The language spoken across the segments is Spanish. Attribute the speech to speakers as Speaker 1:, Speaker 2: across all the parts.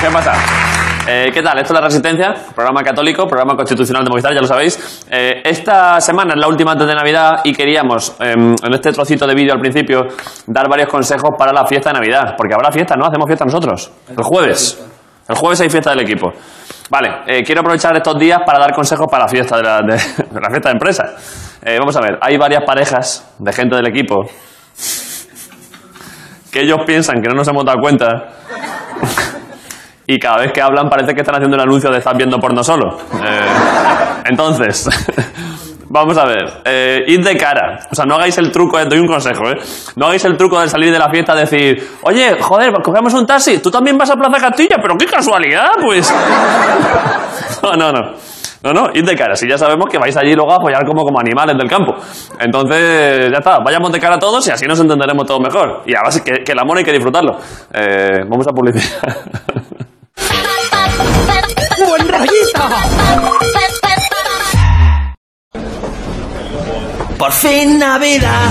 Speaker 1: ¿Qué pasa? Eh, ¿Qué tal? Esto es La Resistencia, programa católico, programa constitucional de Movistar, ya lo sabéis. Eh, esta semana es la última antes de Navidad y queríamos, eh, en este trocito de vídeo al principio, dar varios consejos para la fiesta de Navidad. Porque habrá fiesta, ¿no? Hacemos fiesta nosotros. El jueves. El jueves hay fiesta del equipo. Vale, eh, quiero aprovechar estos días para dar consejos para la fiesta de la, de- de la fiesta de empresa. Eh, vamos a ver, hay varias parejas de gente del equipo que ellos piensan que no nos hemos dado cuenta y cada vez que hablan parece que están haciendo un anuncio de estás viendo porno solo. Eh, entonces, vamos a ver, eh, id de cara. O sea, no hagáis el truco, eh, doy un consejo, ¿eh? No hagáis el truco de salir de la fiesta y decir, oye, joder, cogemos un taxi, tú también vas a Plaza Castilla, pero qué casualidad, pues. No, no, no. No, no, id de cara. Si ya sabemos que vais allí luego a apoyar como, como animales del campo. Entonces, ya está. Vayamos de cara a todos y así nos entenderemos todos mejor. Y además que, que el amor hay que disfrutarlo. Eh, vamos a publicidad.
Speaker 2: ¡Buen rollito!
Speaker 3: Por fin Navidad.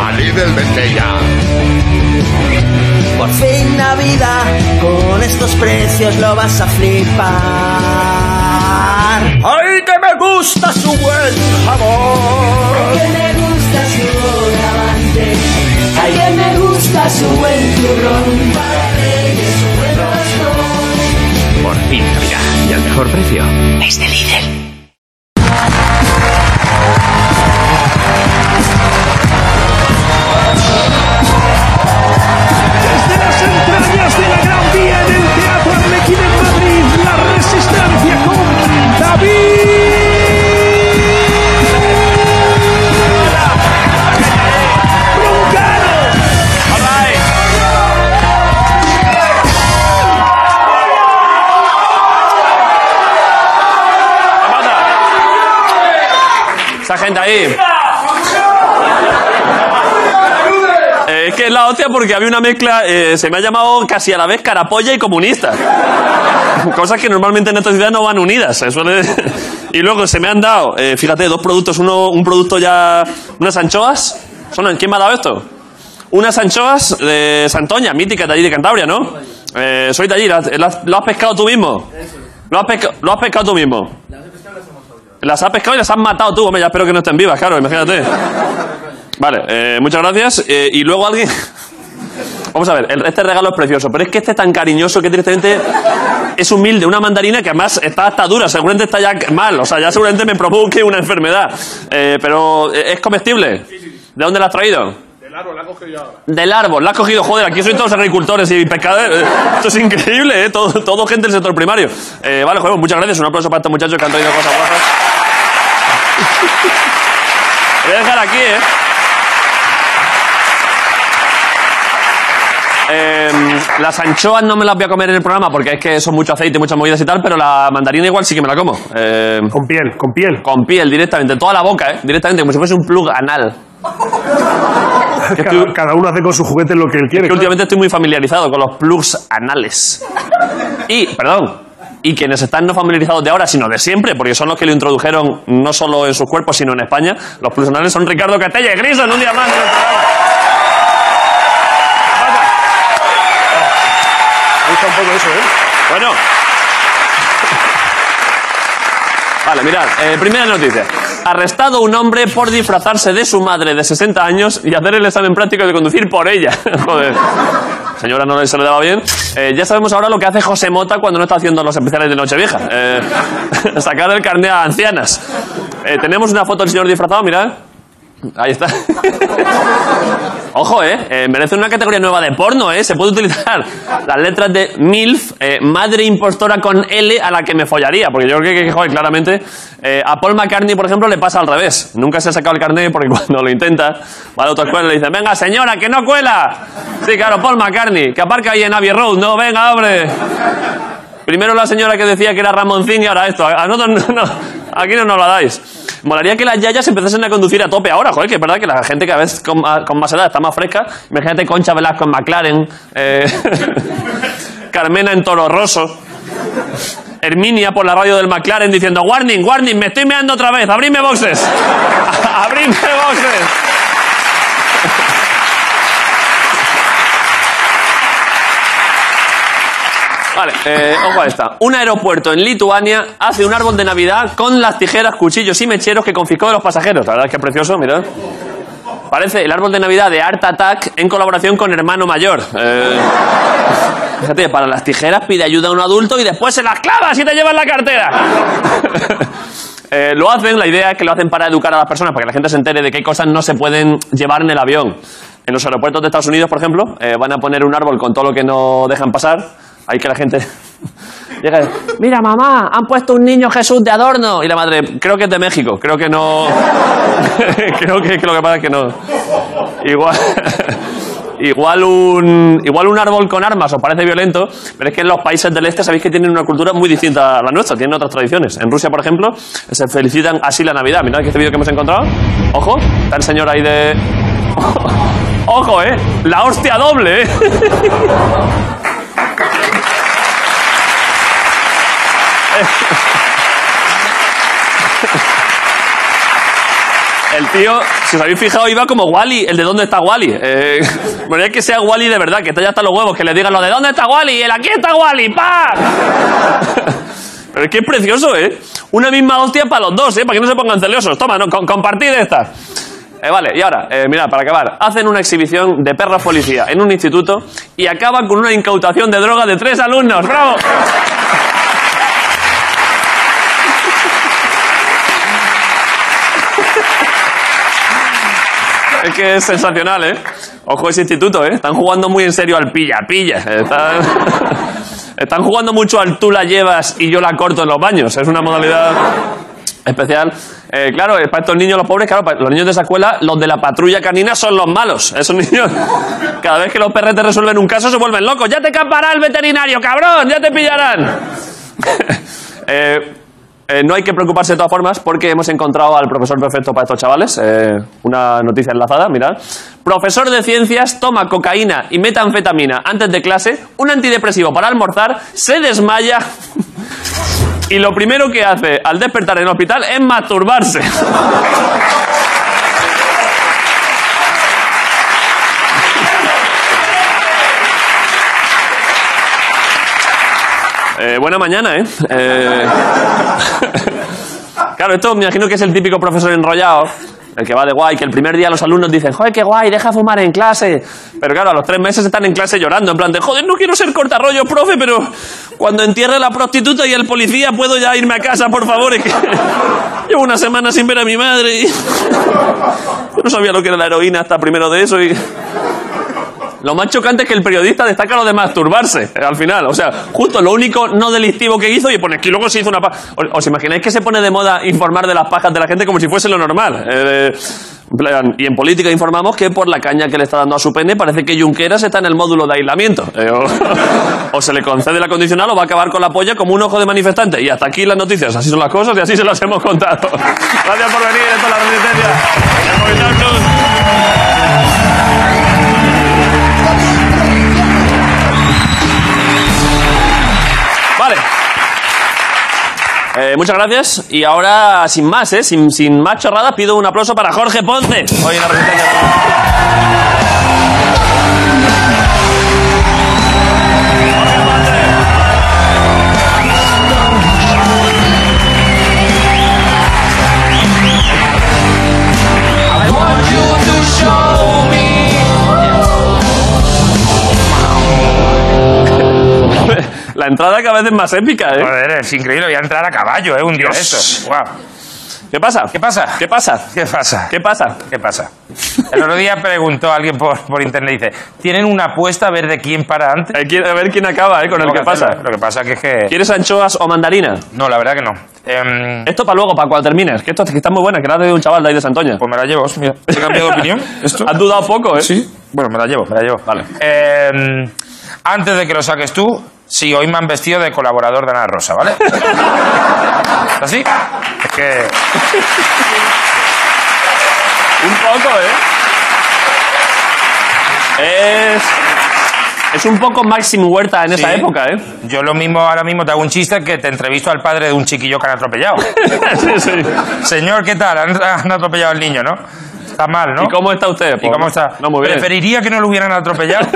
Speaker 4: A Lidl Ventella.
Speaker 3: Por fin Navidad, con estos precios lo vas a flipar. ¡Ay, que me gusta su buen jabón!
Speaker 5: que me gusta su bogavante, ay que me gusta su buen turrón, para reyes su buen rostro.
Speaker 6: Por fin Navidad y al mejor precio.
Speaker 7: Desde las entrañas de la Gran Vía en el Teatro Arlequín en Madrid, la resistencia con David Broncano.
Speaker 1: ¿Qué pasa? Esa gente ahí. Eh, es que es la hostia porque había una mezcla, eh, se me ha llamado casi a la vez carapolla y comunista. Cosas que normalmente en esta ciudad no van unidas. se suele- Y luego se me han dado, eh, fíjate, dos productos. Uno, un producto ya. Unas anchoas. Son, ¿Quién me ha dado esto? Unas anchoas de Santoña, mítica de allí de Cantabria, ¿no? Eh, soy de allí, ¿la- la- ¿lo has, pescado tú mismo? ¿Lo has, pesca- ¿Lo has pescado tú mismo? Las has pescado y las has matado tú, hombre, ya espero que no estén vivas, claro, imagínate. Vale, eh, muchas gracias. Eh, y luego alguien... Vamos a ver, el- este regalo es precioso, pero es que este es tan cariñoso que directamente es humilde, una mandarina que además está hasta dura, seguramente está ya mal, o sea, ya seguramente me provoque una enfermedad. Eh, pero eh, es comestible. ¿De dónde la has traído? Del árbol, la has cogido, joder, aquí soy todos agricultores y pescadores. Esto es increíble, ¿eh? Todo, todo gente del sector primario. Eh, vale, joder, muchas gracias. Un aplauso para estos muchachos que han traído cosas guapas. Lo Voy a dejar aquí, ¿eh? Eh, las anchoas no me las voy a comer en el programa porque es que son mucho aceite, muchas movidas y tal, pero la mandarina igual sí que me la como. Eh,
Speaker 8: Con piel, con piel.
Speaker 1: con piel directamente, toda la boca, ¿eh? Directamente, como si fuese un plug anal. Que estoy-
Speaker 8: Cada, cada uno hace con su juguete lo que él quiere.
Speaker 1: que últimamente estoy muy familiarizado con los plugs anales. Y, perdón, y quienes están no familiarizados de ahora, sino de siempre, porque son los que lo introdujeron no solo en sus cuerpos, sino en España, los plugs anales son Ricardo Catella y Grison, un día más. en el programa.
Speaker 8: Me gusta un poco eso, ¿eh?
Speaker 1: Bueno. Vale, mirad, eh, primera noticia. Arrestado un hombre por disfrazarse de su madre de 60 años y hacer el examen práctico de conducir por ella. Joder. Señora, no se le daba bien. Eh, ya sabemos ahora lo que hace José Mota cuando no está haciendo los especiales de Nochevieja. Eh, sacar el carnet a ancianas. Eh, tenemos una foto del señor disfrazado, mirad. Ahí está. Ojo, eh, eh, merece una categoría nueva de porno, ¿eh? Se puede utilizar las letras de MILF, eh, madre impostora con L a la que me follaría, porque yo creo que, que, joder, claramente eh, a Paul McCartney, por ejemplo, le pasa al revés. Nunca se ha sacado el carnet porque cuando lo intenta, va a la autoescuela y le dicen, venga, señora, que no cuela. Sí, claro, Paul McCartney, que aparca ahí en Abbey Road, no, venga, hombre. Primero la señora que decía que era Ramoncín y ahora esto. A nosotros no, no- aquí no nos la dais. Molaría que las yayas empezasen a conducir a tope ahora, joder, que es verdad que la gente cada vez con, ma- con más edad está más fresca. Imagínate Concha Velasco en McLaren, eh, Carmena en Toro Rosso, Herminia por la radio del McLaren diciendo Warning, warning, me estoy meando otra vez, abrime boxes, abrime boxes. Vale, eh, ojo a esta. Un aeropuerto en Lituania hace un árbol de Navidad con las tijeras, cuchillos y mecheros que confiscó de los pasajeros. La verdad es que es precioso, mirad. Parece el árbol de Navidad de Art Attack en colaboración con Hermano Mayor. Eh, fíjate, para las tijeras pide ayuda a un adulto y después se las clavas y te llevan la cartera. Eh, lo hacen, la idea es que lo hacen para educar a las personas, para que la gente se entere de qué cosas no se pueden llevar en el avión. En los aeropuertos de Estados Unidos, por ejemplo, eh, van a poner un árbol con todo lo que no dejan pasar. Ahí que la gente llega y dice, mira mamá, han puesto un niño Jesús de adorno. Y la madre, creo que es de México, creo que no... creo que, que lo que pasa es que no... Igual... Igual un, igual un árbol con armas os parece violento, pero es que en los países del este sabéis que tienen una cultura muy distinta a la nuestra, tienen otras tradiciones. En Rusia, por ejemplo, se felicitan así la Navidad. Mirad que este vídeo que hemos encontrado. Ojo, está el señor ahí de. Ojo, eh. La hostia doble, eh. El tío, si os habéis fijado, iba como Wally, el de dónde está Wally. Eh, bueno, es que sea Wally de verdad, que está ya hasta los huevos, que le digan lo de dónde está Wally, el aquí está Wally, pa. Pero es que es precioso, ¿eh? Una misma hostia para los dos, ¿eh? Para que no se pongan celosos. Toma, no, con- compartid esta. Eh, vale, y ahora, eh, mirad, para acabar, hacen una exhibición de perros policía en un instituto y acaban con una incautación de droga de tres alumnos. ¡Bravo! Es que es sensacional, ¿eh? Ojo ese instituto, ¿eh? Están jugando muy en serio al pilla-pilla. Están... Están jugando mucho al tú la llevas y yo la corto en los baños. Es una modalidad especial. Eh, claro, eh, para estos niños, los pobres, claro, para los niños de esa escuela, los de la patrulla canina son los malos. Esos niños, cada vez que los perretes resuelven un caso, se vuelven locos. ¡Ya te escapará el veterinario, cabrón! ¡Ya te pillarán! Eh, eh, no hay que preocuparse de todas formas porque hemos encontrado al profesor perfecto para estos chavales. Eh, una noticia enlazada, mirad. Profesor de ciencias toma cocaína y metanfetamina antes de clase, un antidepresivo para almorzar, se desmaya y lo primero que hace al despertar en el hospital es masturbarse. Eh, buena mañana, ¿eh? Eh, claro, esto me imagino que es el típico profesor enrollado, el que va de guay, que el primer día los alumnos dicen, joder, qué guay, deja fumar en clase. Pero claro, a los tres meses están en clase llorando, en plan de, joder, no quiero ser cortarrollo, profe, pero cuando entierre la prostituta y el policía puedo ya irme a casa, por favor. Es que llevo una semana sin ver a mi madre y... Yo no sabía lo que era la heroína hasta primero de eso y... Lo más chocante es que el periodista destaca lo de masturbarse eh, al final. O sea, justo lo único no delictivo que hizo y pone que luego se hizo una paja. ¿Os imagináis que se pone de moda informar de las pajas de la gente como si fuese lo normal? Eh, en plan, y en política informamos que por la caña que le está dando a su pene parece que Junqueras está en el módulo de aislamiento. Eh, o, o se le concede la condicional o va a acabar con la polla como un ojo de manifestante. Y hasta aquí las noticias. Así son las cosas y así se las hemos contado. Gracias por venir. Esto es la Resistencia. El Movistar Plus. Vale. Eh, muchas gracias. Y ahora, sin más, ¿eh? sin, sin más chorradas, pido un aplauso para Jorge Ponce. Hoy en la Resistencia. La entrada cada vez es más épica, ¿eh?
Speaker 2: Joder, es increíble, voy a entrar a caballo, ¿eh? Un día de estos. Guau.
Speaker 1: ¿Qué pasa?
Speaker 2: ¿Qué pasa?
Speaker 1: ¿Qué pasa?
Speaker 2: ¿Qué pasa?
Speaker 1: ¿Qué pasa?
Speaker 2: ¿Qué pasa? El otro día preguntó a alguien por, por internet, dice, ¿tienen una apuesta a ver de quién para antes?
Speaker 1: Eh, quiero- a ver quién acaba, ¿eh? Con el
Speaker 2: Tengo
Speaker 1: que
Speaker 2: que
Speaker 1: pasa.
Speaker 2: hacerlo. Lo que pasa que es que...
Speaker 1: ¿Quieres anchoas o mandarina?
Speaker 2: No, la verdad que no. Em,
Speaker 1: Esto para luego, para cuando termines. Que esto que está muy buena, que la ha de un chaval de ahí de Santoña.
Speaker 2: pues me la llevo, mira. ¿He cambiado de opinión? ¿Esto?
Speaker 1: Has dudado poco, ¿eh?
Speaker 2: Sí. Bueno, me la llevo, me la llevo.
Speaker 1: Vale.
Speaker 2: Em, antes de que lo saques tú, sí, hoy me han vestido de colaborador de Ana Rosa, ¿vale? ¿Así? Es que...
Speaker 1: Un poco, ¿eh? Es. Es un poco Maxim Huerta en esa
Speaker 2: Sí.
Speaker 1: época, ¿eh?
Speaker 2: Yo lo mismo ahora mismo te hago un chiste que te entrevisto al padre de un chiquillo que han atropellado.
Speaker 1: sí, sí.
Speaker 2: Señor, ¿qué tal? Han, han atropellado al niño, ¿no?
Speaker 9: Está mal, ¿no?
Speaker 1: ¿Y cómo está usted? Pues,
Speaker 9: ¿Y cómo está?
Speaker 1: No, muy bien.
Speaker 9: Preferiría que no lo hubieran atropellado.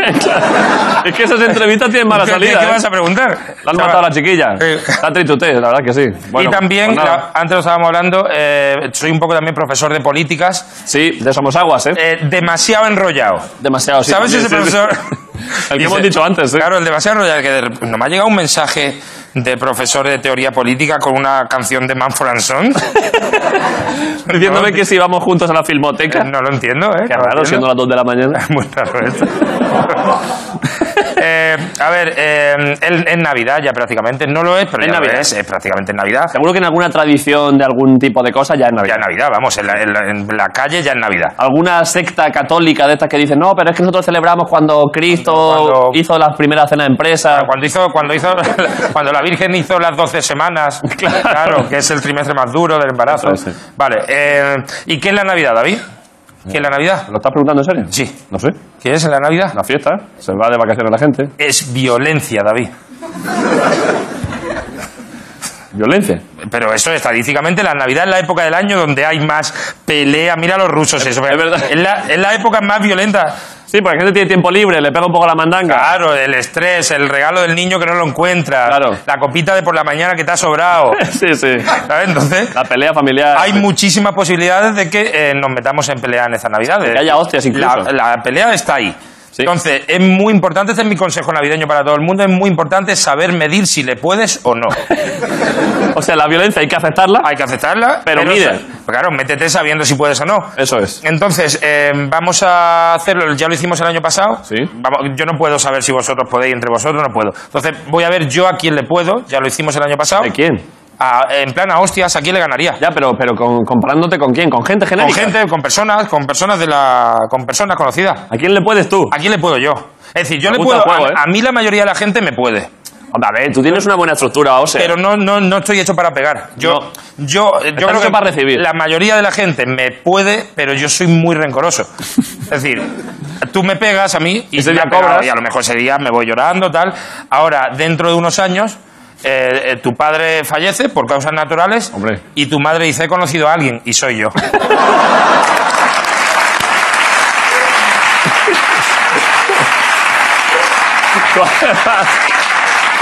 Speaker 1: es que esas entrevistas tienen mala
Speaker 9: ¿Qué-
Speaker 1: salida.
Speaker 9: ¿Qué, qué
Speaker 1: ¿eh?
Speaker 9: vas a preguntar?
Speaker 1: La han matado a la chiquilla.
Speaker 9: Sí.
Speaker 1: Está triste usted, la verdad que sí. Bueno,
Speaker 9: y también,
Speaker 1: pues nada.
Speaker 9: la- antes lo estábamos hablando, eh, soy un poco también profesor de políticas,
Speaker 1: Sí, de Somos Aguas, ¿eh?
Speaker 9: eh, demasiado enrollado.
Speaker 1: Demasiado, sí.
Speaker 9: ¿Sabes
Speaker 1: también,
Speaker 9: ese
Speaker 1: sí, sí.
Speaker 9: profesor?
Speaker 1: El que
Speaker 9: Dice,
Speaker 1: hemos dicho antes, ¿eh?
Speaker 9: Claro, el demasiado enrollado, que de rep- no me ha llegado un mensaje de profesor de teoría política con una canción de Manfred Anson.
Speaker 1: Diciéndome
Speaker 9: no,
Speaker 1: que si íbamos juntos a la filmoteca.
Speaker 9: No lo entiendo, ¿eh?
Speaker 1: Qué
Speaker 9: No lo
Speaker 1: raro,
Speaker 9: entiendo.
Speaker 1: siendo las 2 de la mañana.
Speaker 9: Muy raro esto. Eh, a ver, eh, en, en Navidad ya prácticamente, no lo es, pero
Speaker 1: En
Speaker 9: ya lo
Speaker 1: Navidad.
Speaker 9: es, es prácticamente en Navidad.
Speaker 1: Seguro que en alguna tradición de algún tipo de cosa ya es
Speaker 9: Ya
Speaker 1: Navidad.
Speaker 9: en Navidad, vamos, en la, en la- en la calle ya en Navidad.
Speaker 1: Alguna secta católica de estas que dicen, no, pero es que nosotros celebramos cuando Cristo
Speaker 9: Cuando-
Speaker 1: hizo las primeras cenas de empresa.
Speaker 9: Cuando hizo, cuando hizo, cuando la Virgen hizo las 12 semanas,
Speaker 1: Claro.
Speaker 9: claro, que es el trimestre más duro del embarazo.
Speaker 1: Eso es, sí.
Speaker 9: Vale, eh, ¿y qué es la Navidad, David? ¿Qué es la Navidad?
Speaker 1: ¿Lo estás preguntando en serio?
Speaker 9: Sí.
Speaker 1: No sé.
Speaker 9: ¿Qué es la Navidad?
Speaker 1: La fiesta, ¿eh? se va de vacaciones la gente.
Speaker 9: Es violencia, David.
Speaker 1: Violencia.
Speaker 9: Pero eso estadísticamente, la Navidad es la época del año donde hay más pelea. Mira a los rusos, eso.
Speaker 1: es verdad.
Speaker 9: Es la, es la época más violenta.
Speaker 1: Sí, porque la gente tiene tiempo libre, le pega un poco la mandanga.
Speaker 9: Claro, el estrés, el regalo del niño que no lo encuentra,
Speaker 1: Claro.
Speaker 9: la copita de por la mañana que te ha sobrado.
Speaker 1: Sí, sí.
Speaker 9: ¿Sabes? Entonces,
Speaker 1: La pelea familiar.
Speaker 9: hay muchísimas posibilidades de que eh, nos metamos en pelea en esta Navidad.
Speaker 1: Que haya hostias incluso.
Speaker 9: La, la pelea está ahí.
Speaker 1: Sí.
Speaker 9: Entonces, es muy importante, este es mi consejo navideño para todo el mundo, es muy importante saber medir si le puedes o no.
Speaker 1: O sea, la violencia hay que aceptarla.
Speaker 9: Hay que aceptarla,
Speaker 1: Pero mide.
Speaker 9: Claro, métete sabiendo si puedes o no.
Speaker 1: Eso es.
Speaker 9: Entonces, eh, vamos a hacerlo, ya lo hicimos el año pasado.
Speaker 1: Sí.
Speaker 9: Vamos- yo no puedo saber si vosotros podéis, entre vosotros no puedo. Entonces, voy a ver yo a quién le puedo, ya lo hicimos el año pasado.
Speaker 1: ¿De quién?
Speaker 9: A- en plan, a hostias, ¿a quién le ganaría?
Speaker 1: Ya, pero, pero con- comparándote con quién, con gente
Speaker 9: Con
Speaker 1: genérica.
Speaker 9: gente, con personas, con personas de la, con personas conocidas.
Speaker 1: ¿A quién le puedes tú?
Speaker 9: ¿A quién le puedo yo? Es decir, yo
Speaker 1: Me
Speaker 9: le
Speaker 1: gusta
Speaker 9: puedo.
Speaker 1: el juego,
Speaker 9: a,
Speaker 1: ¿eh?
Speaker 9: a mí la mayoría de la gente me puede.
Speaker 1: Hombre, a ver, tú tienes una buena estructura, o sea.
Speaker 9: Pero no, no, no estoy hecho para pegar. Yo,
Speaker 1: No.
Speaker 9: yo, yo creo
Speaker 1: hecho
Speaker 9: que
Speaker 1: para recibir.
Speaker 9: la mayoría de la gente me puede, pero yo soy muy rencoroso. es decir, tú me pegas a mí y
Speaker 1: Ese
Speaker 9: me
Speaker 1: día
Speaker 9: ha pegado,
Speaker 1: cobras.
Speaker 9: y a lo mejor ese día me voy llorando, tal. Ahora, dentro de unos años, eh, eh, tu padre fallece por causas naturales
Speaker 1: Hombre.
Speaker 9: y tu madre dice, he conocido a alguien y soy yo.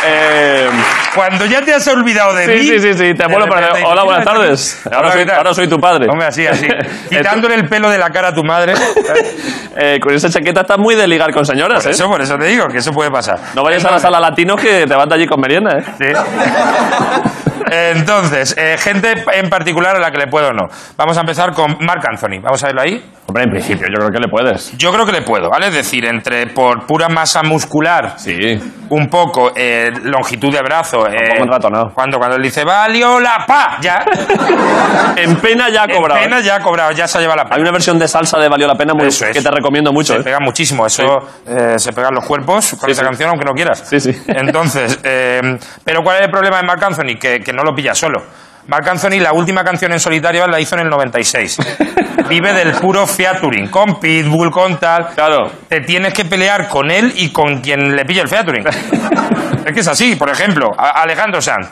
Speaker 1: Eh,
Speaker 9: Cuando ya te has olvidado de
Speaker 1: sí,
Speaker 9: mí...
Speaker 1: sí, sí, sí, te vuelvo
Speaker 9: de
Speaker 1: para.
Speaker 9: repente,
Speaker 1: Hola,
Speaker 9: "Mira,
Speaker 1: buenas
Speaker 9: ¿qué tal?".
Speaker 1: tardes. Ahora
Speaker 9: Hola,
Speaker 1: soy,
Speaker 9: ¿qué tal?
Speaker 1: ahora soy tu padre.
Speaker 9: Hombre, así, así. Quitándole el pelo de la cara a tu madre.
Speaker 1: Eh, con esa chaqueta estás muy de ligar con señoras,
Speaker 9: Por
Speaker 1: ¿eh?
Speaker 9: eso, por eso te digo que eso puede pasar.
Speaker 1: No vayas a la sala latinos que te van de allí con merienda, ¿eh?
Speaker 9: Sí. Entonces, eh, gente en particular a la que le puedo o no. Vamos a empezar con Mark Anthony. Vamos a verlo ahí.
Speaker 1: Hombre, en principio yo creo que le puedes.
Speaker 9: Yo creo que le puedo, ¿vale? Es decir, entre por pura masa muscular,
Speaker 1: Sí.
Speaker 9: un poco, eh, longitud de brazo. Eh,
Speaker 1: poco enratonado.
Speaker 9: Cuando, cuando él dice, valió la pa, ya.
Speaker 1: En pena ya ha cobrado. ¿eh?
Speaker 9: Apenas ya ha cobrado, ya se ha llevado la pa.
Speaker 1: Hay una versión de salsa de Valió la Pena muy-
Speaker 9: Eso es.
Speaker 1: que te recomiendo mucho,
Speaker 9: Se
Speaker 1: ¿eh?
Speaker 9: pega muchísimo, eso eh, se pegan los cuerpos con esa
Speaker 1: sí.
Speaker 9: canción, aunque no quieras.
Speaker 1: Sí, sí.
Speaker 9: Entonces, eh, pero ¿cuál es el problema de Marc Anthony? Que, que no lo pilla solo. Marc Anthony, la última canción en solitario la hizo en el 96. Vive del puro featuring, con Pitbull, con tal.
Speaker 1: Claro.
Speaker 9: Te tienes que pelear con él y con quien le pilla el featuring. es que es así, por ejemplo, a- Alejandro Sanz.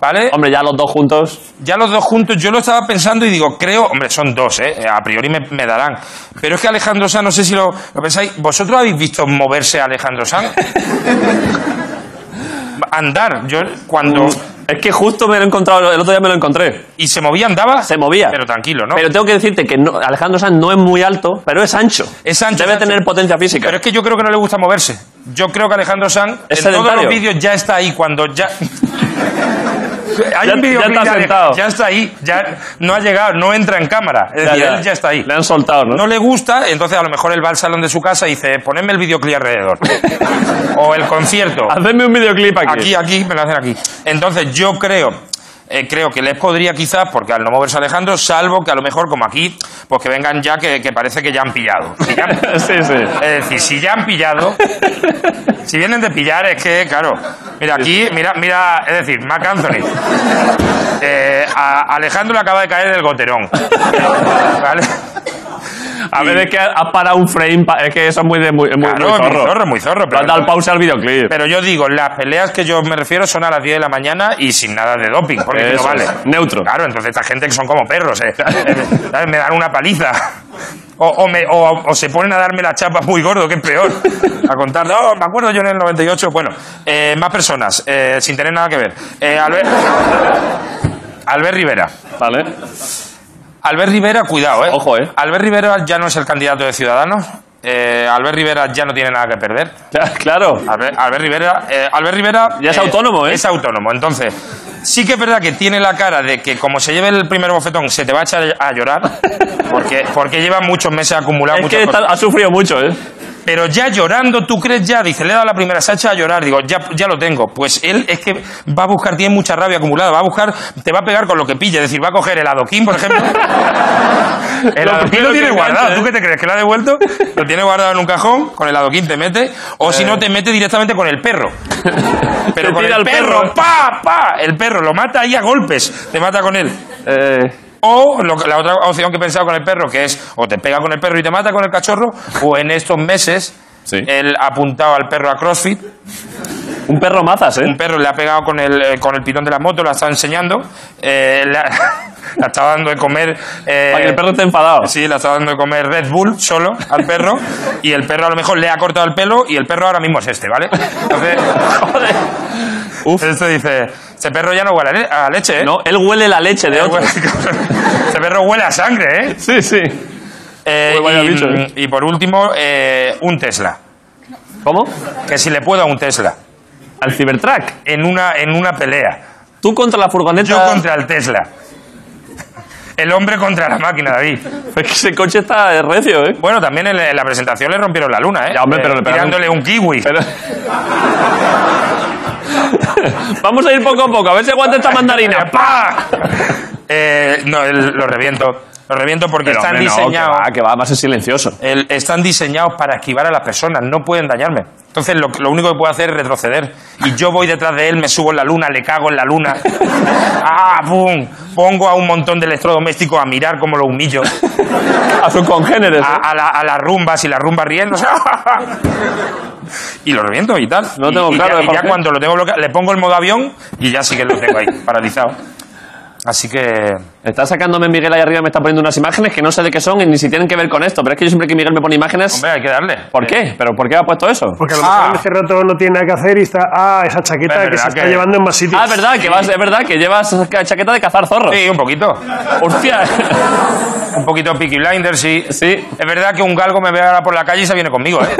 Speaker 9: ¿Vale?
Speaker 1: Hombre, ya los dos juntos.
Speaker 9: Ya los dos juntos, yo lo estaba pensando y digo, creo, hombre, son dos, ¿eh? A priori me, me darán. Pero es que Alejandro Sanz, no sé si lo, lo pensáis, ¿vosotros habéis visto moverse a Alejandro Sanz? Andar, yo cuando...
Speaker 1: Es que justo me lo he encontrado, el otro día me lo encontré.
Speaker 9: Y se movía, andaba.
Speaker 1: Se movía.
Speaker 9: Pero tranquilo, ¿no?
Speaker 1: Pero tengo que decirte que no- Alejandro Sanz no es muy alto, pero es ancho.
Speaker 9: Es ancho,
Speaker 1: Debe
Speaker 9: es ancho.
Speaker 1: tener potencia física.
Speaker 9: Pero es que yo creo que no le gusta moverse. Yo creo que Alejandro Sanz en
Speaker 1: Es
Speaker 9: todos
Speaker 1: sedentario.
Speaker 9: los vídeos ya está ahí cuando ya. Hay
Speaker 1: Ya-
Speaker 9: un vídeo
Speaker 1: ya
Speaker 9: que
Speaker 1: está
Speaker 9: Ale-
Speaker 1: sentado.
Speaker 9: ya está ahí, ya no ha llegado, no entra en cámara. Es
Speaker 1: Ya,
Speaker 9: decir,
Speaker 1: ya.
Speaker 9: él ya está ahí.
Speaker 1: Le han soltado, ¿no?
Speaker 9: No le gusta, entonces a lo mejor él va al salón de su casa y dice, ponedme el videoclip alrededor. o el concierto.
Speaker 1: Hacedme un videoclip
Speaker 9: Aquí,
Speaker 1: aquí.
Speaker 9: aquí, me lo hacen aquí. Entonces yo creo, eh, creo que les podría quizás, porque al no moverse Alejandro, salvo que a lo mejor como aquí, pues que vengan ya que, que parece que ya han pillado. Que ya han-
Speaker 1: sí, sí.
Speaker 9: es decir, si ya han pillado, si vienen de pillar, es que, claro. Mira, aquí, mira, mira, es decir, Marc Anthony. Eh, a Alejandro le acaba de caer del goterón. ¿Vale?
Speaker 1: A ver, es que ha parado un frame. pa- Es que eso es muy, de, muy, muy,
Speaker 9: Claro,
Speaker 1: muy
Speaker 9: es muy
Speaker 1: zorro.
Speaker 9: zorro, muy zorro,
Speaker 1: Le
Speaker 9: pero-
Speaker 1: han dado el pause al videoclip.
Speaker 9: Pero yo digo, las peleas que yo me refiero son a las 10 de la mañana y sin nada de doping, porque
Speaker 1: Eso
Speaker 9: no vale.
Speaker 1: es, neutro.
Speaker 9: Claro, entonces esta gente que son como perros, eh. ¿Sabes? Me dan una paliza. O, o me- o- o se ponen a darme la chapa muy gordo, que es peor. A contar, no, me acuerdo yo en el 98. Bueno, eh, más personas, eh, sin tener nada que ver. Eh, Albert, Albert Rivera.
Speaker 1: Vale.
Speaker 9: Albert Rivera, cuidado, ¿eh?
Speaker 1: Ojo, ¿eh?
Speaker 9: Albert Rivera ya no es el candidato de Ciudadanos. Eh, Albert Rivera ya no tiene nada que perder.
Speaker 1: Ya, Claro.
Speaker 9: Albert, Albert Rivera, eh, Albert Rivera
Speaker 1: Ya es autónomo, ¿eh?
Speaker 9: Es autónomo, entonces sí que es verdad que tiene la cara de que como se lleve el primer bofetón se te va a echar a llorar porque porque lleva muchos meses acumulado
Speaker 1: Es
Speaker 9: muchas
Speaker 1: que
Speaker 9: cosas.
Speaker 1: está- ha sufrido mucho, ¿eh?
Speaker 9: Pero ya llorando, tú crees ya, dice, le he dado la primera sacha a llorar, digo, ya, ya lo tengo. Pues él es que va a buscar, tiene mucha rabia acumulada, va a buscar, te va a pegar con lo que pille, es decir, va a coger el adoquín, por ejemplo. el
Speaker 1: Lo
Speaker 9: adoquín
Speaker 1: primero
Speaker 9: lo tiene
Speaker 1: que
Speaker 9: guardado,
Speaker 1: engancha,
Speaker 9: ¿tú
Speaker 1: ¿eh?
Speaker 9: qué te crees? ¿Que lo ha devuelto? Lo tiene guardado en un cajón, con el adoquín te mete, o si no, te mete directamente con el perro. Pero
Speaker 1: Eh. Te
Speaker 9: con el
Speaker 1: tira al
Speaker 9: perro,
Speaker 1: perro.
Speaker 9: ¡pa! ¡pa! El perro lo mata ahí a golpes, te mata con él.
Speaker 1: Eh.
Speaker 9: O lo que- la otra opción que he pensado con el perro, que es o te pega con el perro y te mata con el cachorro, o en estos meses
Speaker 1: Sí.
Speaker 9: él ha apuntado al perro a CrossFit,
Speaker 1: Un perro mazas,
Speaker 9: un
Speaker 1: ¿eh?
Speaker 9: perro le ha pegado con el, eh, con el pitón de la moto, la está enseñando, eh, le, ha, le ha estado dando de comer... eh,
Speaker 1: Para que el perro esté enfadado.
Speaker 9: Sí, le ha estado dando de comer Red Bull solo al perro y el perro a lo mejor le ha cortado el pelo y el perro ahora mismo es este, ¿vale? Entonces, joder.
Speaker 1: Uf.
Speaker 9: Esto dice, este perro ya no huele a le- a leche, ¿eh?
Speaker 1: No, él huele la leche de otro.
Speaker 9: Este perro huele a sangre, ¿eh?
Speaker 1: Sí, sí.
Speaker 9: Eh,
Speaker 1: Uy, vaya
Speaker 9: y,
Speaker 1: bicho, ¿eh?
Speaker 9: y por último, eh, un Tesla.
Speaker 1: ¿Cómo?
Speaker 9: Que si le puedo a un Tesla.
Speaker 1: Al Cybertruck.
Speaker 9: En una, en una pelea.
Speaker 1: Tú contra la furgoneta.
Speaker 9: Yo contra el Tesla. El hombre contra la máquina, David.
Speaker 1: Es que ese coche está eh, recio, ¿eh?
Speaker 9: Bueno, también en la en la presentación le rompieron la luna, ¿eh?
Speaker 1: Ya, hombre,
Speaker 9: Eh,
Speaker 1: pero le pegaron-
Speaker 9: tirándole un kiwi.
Speaker 1: Pero- Vamos a ir poco a poco, a ver si aguanta esta mandarina.
Speaker 9: ¡Pah! Eh, no, el- lo reviento. Lo reviento porque
Speaker 1: Pero,
Speaker 9: están
Speaker 1: hombre, no,
Speaker 9: diseñados.
Speaker 1: que va, que va, más es silencioso.
Speaker 9: el- están diseñados para esquivar a las personas, no pueden dañarme. Entonces lo, lo único que puedo hacer es retroceder. Y yo voy detrás de él, me subo en la luna, le cago en la luna. ¡Ah, pum! Pongo a un montón de electrodomésticos a mirar cómo lo humillo.
Speaker 1: A sus congéneres. ¿eh?
Speaker 9: A, a la- a las rumbas y las rumbas riendo. Y lo reviento y tal.
Speaker 1: No
Speaker 9: Y-
Speaker 1: tengo
Speaker 9: y
Speaker 1: claro,
Speaker 9: ya-
Speaker 1: ¿eh?
Speaker 9: Y ya,
Speaker 1: Jorge.
Speaker 9: cuando lo tengo bloqueado, le pongo el modo avión y ya sí que lo tengo ahí, paralizado. Así que
Speaker 1: Está sacándome Miguel ahí arriba, me está poniendo unas imágenes que no sé de qué son y ni si tienen que ver con esto. Pero es que yo siempre que Miguel me pone imágenes.
Speaker 9: Hombre, hay que darle.
Speaker 1: ¿Por qué? ¿Pero por qué ha puesto eso?
Speaker 10: Porque a lo mejor
Speaker 9: Ah.
Speaker 10: en ese rato no tiene nada que hacer y está. Ah, esa chaqueta
Speaker 9: Es
Speaker 10: que se
Speaker 9: verdad
Speaker 10: está
Speaker 9: que-
Speaker 10: llevando en más sitios.
Speaker 1: Ah, es verdad, que vas, es verdad que llevas esa ca- chaqueta de cazar zorros.
Speaker 9: Sí, un poquito.
Speaker 1: Hostia.
Speaker 9: Un poquito Peaky Blinders, sí.
Speaker 1: Sí.
Speaker 9: Es verdad que un galgo me ve ahora por la calle y se viene conmigo, ¿eh?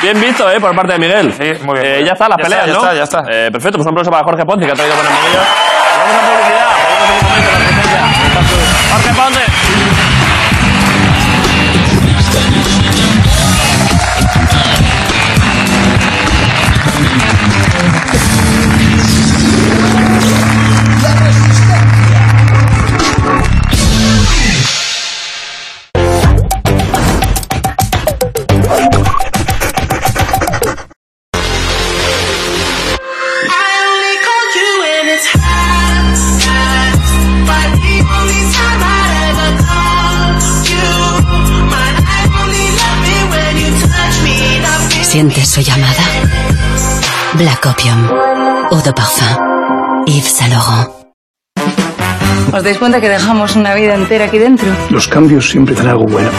Speaker 1: Bien visto, ¿eh? Por parte de Miguel.
Speaker 9: Sí, muy bien, muy
Speaker 1: Eh,
Speaker 9: bien.
Speaker 1: ya está, las
Speaker 9: Pues, Ya
Speaker 1: peleas,
Speaker 9: está, ya
Speaker 1: ¿no?
Speaker 9: está, ya está.
Speaker 1: Eh, perfecto, pues un aplauso para Jorge Ponce, que ha traído buenas manillas. Vamos a publicidad. volvemos en un momento con la presencia. Jorge Ponce.
Speaker 5: I only call you when it's hot, but the only time I ever call you, my I only love it when you touch me.
Speaker 11: ¿Sientes su llamada? Black Opium. Eau de Parfum. Yves Saint Laurent.
Speaker 7: ¿Os dais cuenta que dejamos una vida entera aquí dentro?
Speaker 12: Los cambios siempre traen algo bueno.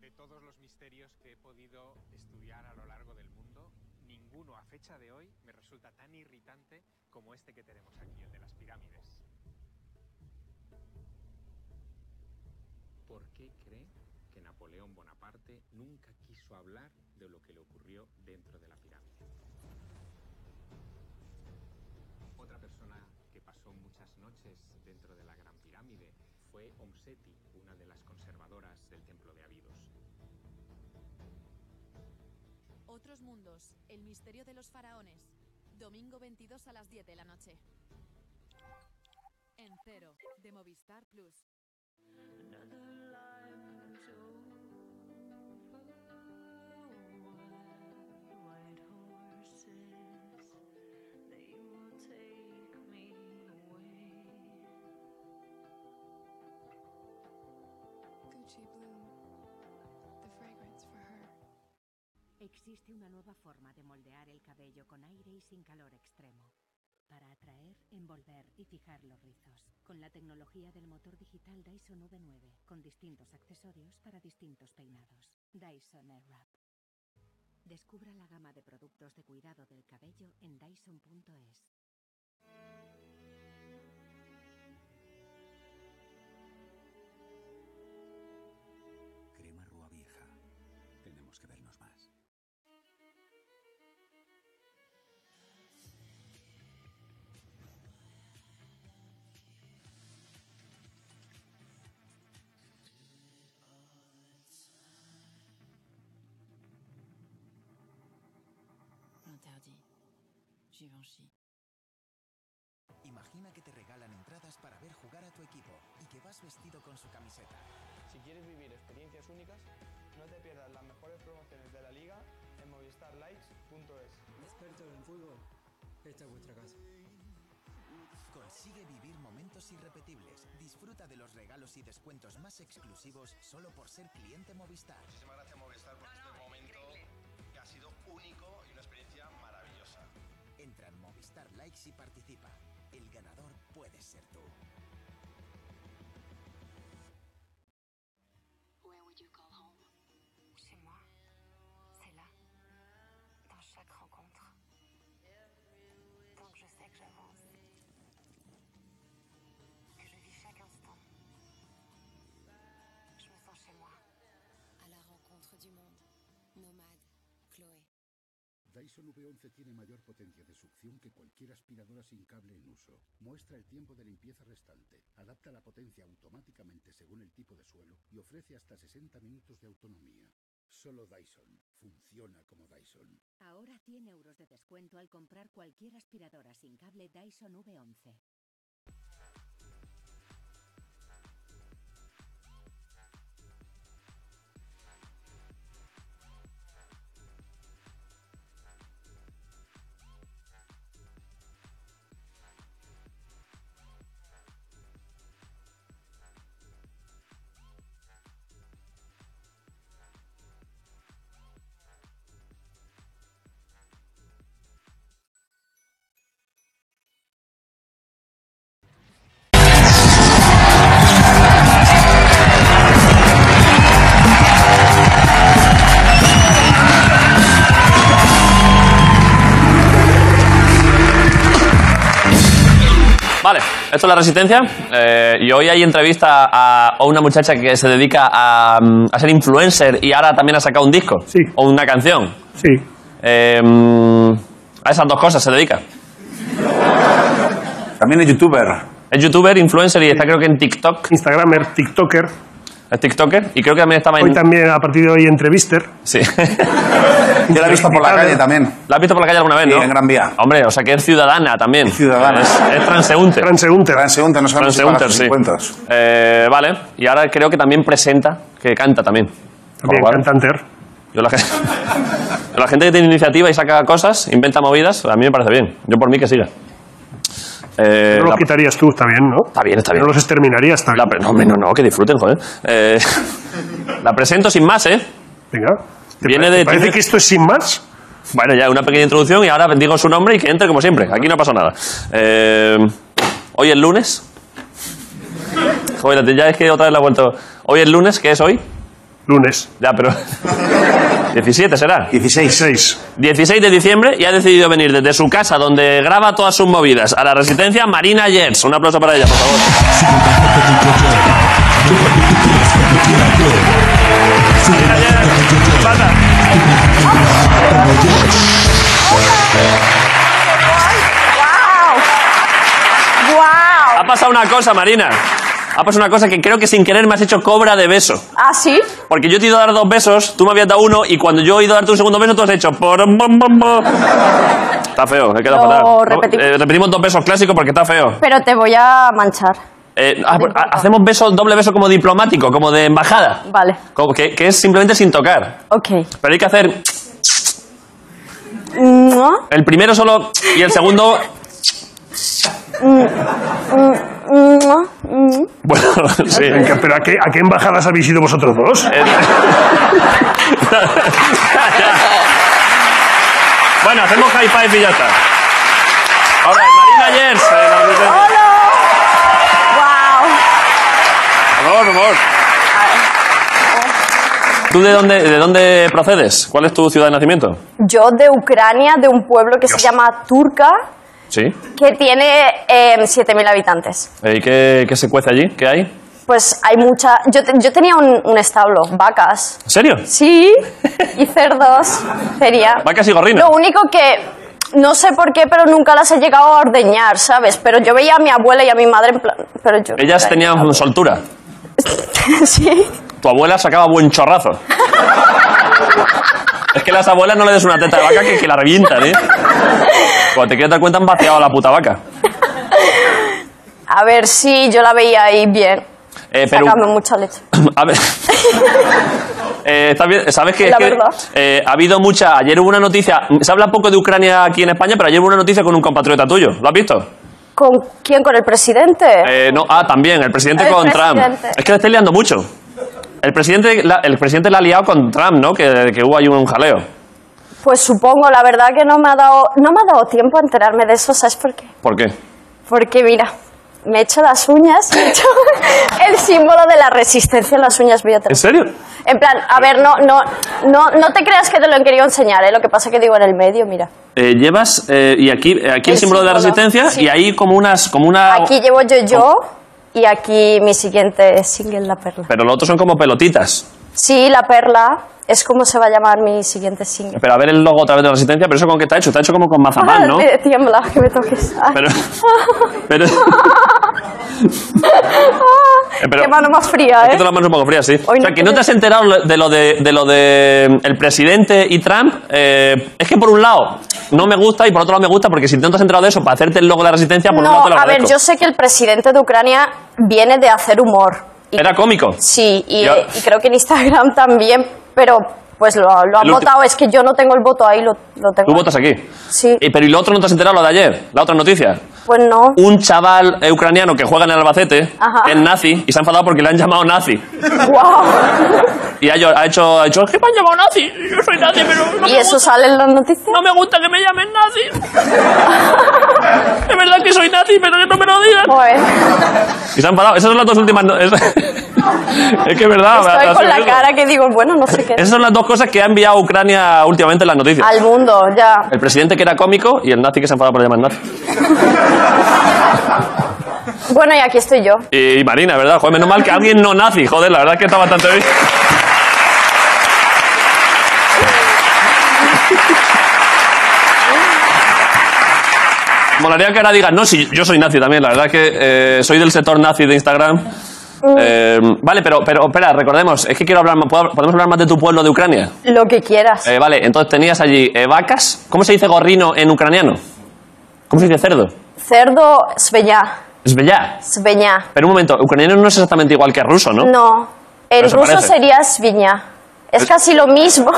Speaker 13: De todos los misterios que he podido estudiar a lo largo del mundo, ninguno
Speaker 14: ninguno a fecha de hoy me resulta tan irritante como este que tenemos aquí, el de las pirámides.
Speaker 13: ¿Por qué cree que Napoleón Bonaparte nunca quiso hablar de lo que le ocurrió dentro de la pirámide? Otra persona que pasó muchas noches dentro de la Gran Pirámide fue Omseti, una de las conservadoras del Templo de Abidos.
Speaker 15: Otros mundos. El misterio de los faraones. Domingo 22 a las 10 de la noche. En cero, de Movistar Plus.
Speaker 5: White horses, they will take me away.
Speaker 16: Gucci Bloom, the fragrance for her.
Speaker 11: Existe una nueva forma de moldear el cabello con aire y sin calor extremo. Para atraer, envolver y fijar los rizos. Con la tecnología del motor digital Dyson V9, con distintos accesorios para distintos peinados. Dyson Airwrap. Descubra la gama de productos de cuidado del cabello en Dyson.es.
Speaker 17: Crema Rúa Vieja. Tenemos que vernos más.
Speaker 18: Interdit. Givenchy.
Speaker 19: Imagina que te regalan entradas para ver jugar a tu equipo y que vas vestido con su camiseta.
Speaker 9: Si quieres vivir experiencias únicas, no te pierdas las mejores promociones de la liga en movistarlikes.es.
Speaker 20: Expertos en fútbol, esta es vuestra casa.
Speaker 19: Consigue vivir momentos irrepetibles. Disfruta de los regalos y descuentos más exclusivos solo por ser cliente Movistar.
Speaker 21: Muchísimas gracias Movistar por este momento que ha sido único y una experiencia maravillosa.
Speaker 19: Entra en Movistar Likes y participa. El ganador puede ser tú.
Speaker 22: Where would you call home? Chez moi. C'est là. Dans chaque rencontre. Tant que je sais que j'avance. Que je vis chaque instant. Je me sens chez moi.
Speaker 23: A la rencontre du monde. Nomad. Chloé.
Speaker 24: Dyson V11 tiene mayor potencia de succión que cualquier aspiradora sin cable en uso. Muestra el tiempo de limpieza restante, adapta la potencia automáticamente según el tipo de suelo y ofrece hasta 60 minutos de autonomía. Solo Dyson funciona como Dyson.
Speaker 11: Ahora 100 euros de descuento al comprar cualquier aspiradora sin cable Dyson V11.
Speaker 1: Vale, esto es la resistencia. eh, y hoy hay entrevista a, a una muchacha que se dedica a, mm, a ser influencer y ahora también ha sacado un disco. Sí. O una canción.
Speaker 10: Sí.
Speaker 1: Eh, mm, a esas dos cosas se dedica.
Speaker 10: También es youtuber.
Speaker 1: Es youtuber, influencer y está creo que en TikTok.
Speaker 10: Instagramer, TikToker.
Speaker 1: Es TikToker y creo que también estaba en...
Speaker 10: Hoy también, a partir de hoy, entrevister.
Speaker 1: Sí.
Speaker 10: Yo la he visto por la calle también.
Speaker 1: ¿La has visto por la calle alguna vez, no?
Speaker 10: en Gran Vía.
Speaker 1: Hombre, o sea que es ciudadana también.
Speaker 10: ciudadana.
Speaker 1: Es, es transeúnte.
Speaker 10: Transeúnte. Transeúnte, no sabemos si paga
Speaker 1: Transeúnter,
Speaker 10: sus
Speaker 1: sí.
Speaker 10: encuentros.
Speaker 1: Eh, vale, y ahora creo que también presenta, que canta también.
Speaker 10: También cantanter.
Speaker 1: Yo la, gente, la gente que tiene iniciativa y saca cosas, inventa movidas, a mí me parece bien. Yo por mí que siga. Eh,
Speaker 10: No los
Speaker 1: la-
Speaker 10: quitarías tú, está bien, ¿no? Está
Speaker 1: bien, está bien.
Speaker 10: No los exterminarías, está
Speaker 1: la
Speaker 10: bien.
Speaker 1: pre- no, hombre, no, no, que disfruten, joder. Eh, la presento sin más, ¿eh?
Speaker 10: Venga.
Speaker 1: Viene de...
Speaker 10: parece que esto es sin más?
Speaker 1: Bueno, ya una pequeña introducción y ahora bendigo su nombre y que entre como siempre. Aquí no pasa nada. Eh, hoy es lunes. Joder, ya es que otra vez la he vuelto. Hoy es lunes, ¿qué es hoy?
Speaker 10: Lunes.
Speaker 1: Ya, pero. 17 será.
Speaker 10: 16.
Speaker 1: 16 de diciembre y ha decidido venir desde su casa, donde graba todas sus movidas, a la resistencia Marina Jets. Un aplauso para ella, por favor. Ha pasado una cosa, Marina. Ha pasado una cosa que creo que sin querer me has hecho cobra de beso.
Speaker 2: ¿Ah, sí?
Speaker 1: Porque yo te he ido a dar dos besos, tú me habías dado uno, y cuando yo he ido a darte un segundo beso, tú has hecho. por bom, bom, bom. Está feo, he quedado
Speaker 2: Lo
Speaker 1: fatal. No,
Speaker 2: repetimos.
Speaker 1: eh, repetimos dos besos clásicos porque está feo.
Speaker 2: Pero te voy a manchar.
Speaker 1: Eh, ha- ha- hacemos beso, doble beso como diplomático, como de embajada.
Speaker 2: Vale,
Speaker 1: Como que, que es simplemente sin tocar.
Speaker 2: ok.
Speaker 1: Pero hay que hacer.
Speaker 2: Mua,
Speaker 1: El primero solo y el segundo.
Speaker 2: mm, mua, mm.
Speaker 1: Bueno, sí.
Speaker 10: ¿Pero a qué, a qué embajadas habéis ido vosotros
Speaker 1: Pues,
Speaker 10: dos?
Speaker 1: eh, Bueno, hacemos high five y ya está. Ahora, Marina Jens. eh, la resistencia. Por favor, por favor. ¿Tú de dónde, de dónde procedes? ¿Cuál es tu ciudad de nacimiento?
Speaker 2: Yo de Ucrania, de un pueblo que se llama Turca,
Speaker 1: Sí.
Speaker 2: que tiene eh, 7.000 habitantes.
Speaker 1: Eh, ¿Y qué, qué se cuece allí? ¿Qué hay? ¿En
Speaker 2: Pues hay mucha... Yo, te- yo tenía un, un establo, vacas.
Speaker 1: serio?
Speaker 2: Sí, y cerdos, sería.
Speaker 1: Vacas y gorrinos.
Speaker 2: Lo único que... No sé por qué, pero nunca las he llegado a ordeñar, ¿sabes? Pero yo veía a mi abuela y a mi madre en plan... Pero yo...
Speaker 1: Ellas tenían soltura.
Speaker 2: sí.
Speaker 1: Tu abuela sacaba buen chorrazo. es que las abuelas no le des una teta de vaca que, que la revientan, ¿eh? Cuando te quieres dar cuenta han vaciado a la puta vaca.
Speaker 2: A ver si yo la veía ahí bien.
Speaker 1: Eh, pero-
Speaker 2: Sacando mucha leche.
Speaker 1: A ver. Eh, está bien, ¿Sabes qué?
Speaker 2: La
Speaker 1: Es que,
Speaker 2: verdad.
Speaker 1: eh, ha habido mucha. Ayer hubo una noticia. Se habla poco de Ucrania aquí en España, pero ayer hubo una noticia con un compatriota tuyo. ¿Lo has visto?
Speaker 2: ¿Con quién? ¿Con el presidente?
Speaker 1: Eh, no, ah, también, el presidente
Speaker 2: El
Speaker 1: con Trump.
Speaker 2: presidente.
Speaker 1: Es que le estáis liando mucho. El presidente, la, el presidente la ha liado con Trump, ¿no? Que, que hubo ahí un jaleo.
Speaker 2: Pues supongo, la verdad que no me ha dado, no me ha dado tiempo a enterarme de eso, ¿sabes por qué?
Speaker 1: ¿Por qué?
Speaker 2: Porque mira, me he hecho las uñas, me he hecho el símbolo de la resistencia en las uñas voy a tener.
Speaker 1: ¿En serio?
Speaker 2: En plan, a ver, no, no, no, no te creas que te lo he querido enseñar, ¿eh? lo que pasa que digo en el medio, mira.
Speaker 1: Eh, llevas eh, y aquí, eh, aquí el,
Speaker 2: El
Speaker 1: símbolo de la
Speaker 2: símbolo,
Speaker 1: resistencia
Speaker 2: Pues sí.
Speaker 1: y ahí como unas como una
Speaker 2: Aquí llevo yo yo y aquí mi siguiente single, La Perla.
Speaker 1: pero los otros son como pelotitas
Speaker 2: Sí, La Perla es como se va a llamar mi siguiente single.
Speaker 1: pero a ver el logo otra vez de la resistencia pero eso con qué está hecho está hecho como con mazapán no
Speaker 2: Te tiembla, que me toques. Ay.
Speaker 1: pero pero pero-
Speaker 2: Qué mano más fría,
Speaker 1: Es
Speaker 2: ¿eh?
Speaker 1: que te las manos un poco frías, sí. o sea, que no te has enterado lo- de lo de, de lo de mm, el presidente y Trump. eh, es que por un lado no me gusta y por otro lado me gusta porque si no te has enterado de eso para hacerte el logo de la resistencia, por un lado
Speaker 2: No,
Speaker 1: te lo
Speaker 2: a ver,
Speaker 1: agradezco.
Speaker 2: yo sé que el presidente de Ucrania viene de hacer humor.
Speaker 1: Era cómico.
Speaker 2: Sí, y,
Speaker 1: Ya.
Speaker 2: y creo que en Instagram también, pero pues lo, lo han
Speaker 1: El ulti-
Speaker 2: votado. Es que yo no tengo el voto ahí, lo, lo tengo.
Speaker 1: Tú votas aquí.
Speaker 2: Sí.
Speaker 1: Y- pero y lo otro no te has enterado lo de ayer, la otra noticia.
Speaker 2: Pues no.
Speaker 1: Un chaval eh, ucraniano que juega en el Albacete
Speaker 2: Ajá.
Speaker 1: que es nazi y se ha enfadado porque le han llamado nazi.
Speaker 2: ¡Guau!
Speaker 1: Y ha, llo- ha hecho, ha hecho, "Es que me han llamado nazi, yo soy nazi, pero no
Speaker 2: ¿Y
Speaker 1: me
Speaker 2: eso
Speaker 1: gusta".
Speaker 2: sale en las noticias?
Speaker 1: No me gusta que me llamen nazi. es verdad que soy nazi, pero no me lo digan. Y se han parado. Esas son las dos últimas. no- es, es que es verdad.
Speaker 2: Estoy
Speaker 1: ha- ha
Speaker 2: con la
Speaker 1: sido eso.
Speaker 2: cara que digo, bueno, no sé qué.
Speaker 1: Esas son las dos cosas que ha enviado Ucrania últimamente en las noticias.
Speaker 2: Al mundo, ya.
Speaker 1: El presidente que era cómico y el nazi que se ha enfadado por llamar nazi.
Speaker 2: Bueno, y aquí estoy yo.
Speaker 1: Y, y Marina, ¿verdad? Joder, menos mal que alguien no nazi. Joder, la verdad es que está bastante bien. Molaría que ahora digas, no, si yo soy nazi también, la verdad es que eh, soy del sector nazi de Instagram. Eh, vale, pero, pero espera, recordemos, es que quiero hablar, más- ¿puedo- ¿podemos hablar más de tu pueblo de Ucrania?
Speaker 2: Lo que quieras.
Speaker 1: Eh, vale, entonces tenías allí eh, vacas. ¿Cómo se dice gorrino en ucraniano? ¿Cómo se dice cerdo?
Speaker 2: Cerdo, sveñá.
Speaker 1: Es bella.
Speaker 2: Sveñá.
Speaker 1: Pero un momento, ucraniano no es exactamente igual que ruso, ¿no?
Speaker 2: No, el
Speaker 1: Pero se
Speaker 2: ruso
Speaker 1: parece.
Speaker 2: sería sviña. Es casi lo mismo,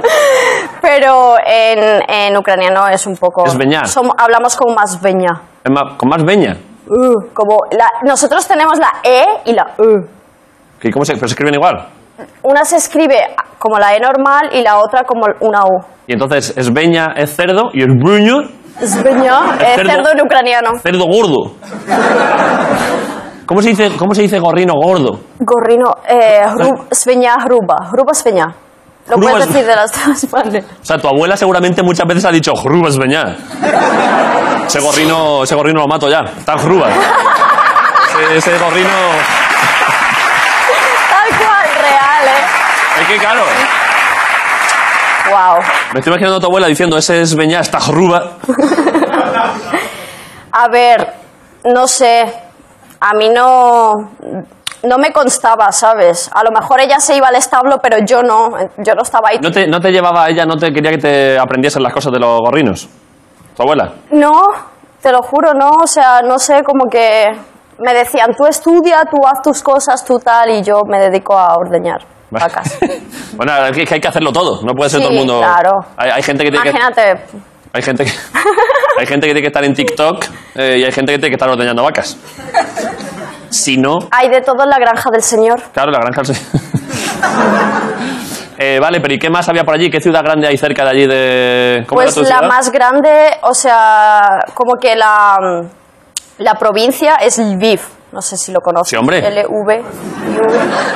Speaker 2: pero en, en ucraniano es un poco...
Speaker 1: Es veñá.
Speaker 2: Som- hablamos como más veña.
Speaker 1: Es más- con más veña.
Speaker 2: Uh, como la, nosotros tenemos la E y la U.
Speaker 1: ¿Qué- ¿Cómo se, pero se escriben igual.
Speaker 2: Una se escribe como la E normal y la otra como una U.
Speaker 1: Y entonces es veña, es cerdo y es bruño,
Speaker 2: Sveña,
Speaker 1: Es
Speaker 2: es
Speaker 1: cerdo.
Speaker 2: cerdo en ucraniano.
Speaker 1: cerdo gordo. ¿Cómo se dice, cómo se dice gorrino gordo?
Speaker 2: Gorrino, eh, hru- sveñá, ruba. Ruba, sveñá. Lo
Speaker 1: Hruba
Speaker 2: puedes
Speaker 1: es-
Speaker 2: decir de las dos partes.
Speaker 1: O sea, tu abuela seguramente muchas veces ha dicho jrubas veñá. Ese gorrino, ese gorrino lo mato ya. Tan jrubas. Ese- Ese gorrino.
Speaker 2: Tal cual, real, ¿eh?
Speaker 1: Es que claro.
Speaker 2: Wow.
Speaker 1: Me estoy imaginando a tu abuela diciendo ese es veñá, está jruba.
Speaker 2: A ver, no sé. A mí no. No me constaba, ¿sabes? A lo mejor ella se iba al establo, pero yo no. Yo no estaba ahí.
Speaker 1: ¿No te, no te llevaba a ella, no te quería que te aprendiesen las cosas de los gorrinos? ¿Tu abuela?
Speaker 2: No, te lo juro, no. O sea, no sé, como que. Me decían, tú estudia, tú haz tus cosas, tú tal, y yo me dedico a ordeñar vacas.
Speaker 1: Bueno, es que hay que hacerlo todo, no puede ser
Speaker 2: Sí,
Speaker 1: todo el mundo.
Speaker 2: claro.
Speaker 1: Hay, hay gente que tiene que.
Speaker 2: Imagínate,
Speaker 1: Hay gente que, hay gente que tiene que estar en TikTok eh, y hay gente que tiene que estar ordeñando vacas. Si no,
Speaker 2: hay de todo en la granja del señor.
Speaker 1: claro, la granja. se- Eh, vale, pero ¿y qué más había por allí? ¿Qué ciudad grande hay cerca de allí de. ¿Cómo
Speaker 2: Pues
Speaker 1: era tu
Speaker 2: la
Speaker 1: ciudad?
Speaker 2: más grande, o sea, como que la, la provincia es Lviv. No sé si lo conoces.
Speaker 1: Sí, hombre.
Speaker 2: LV.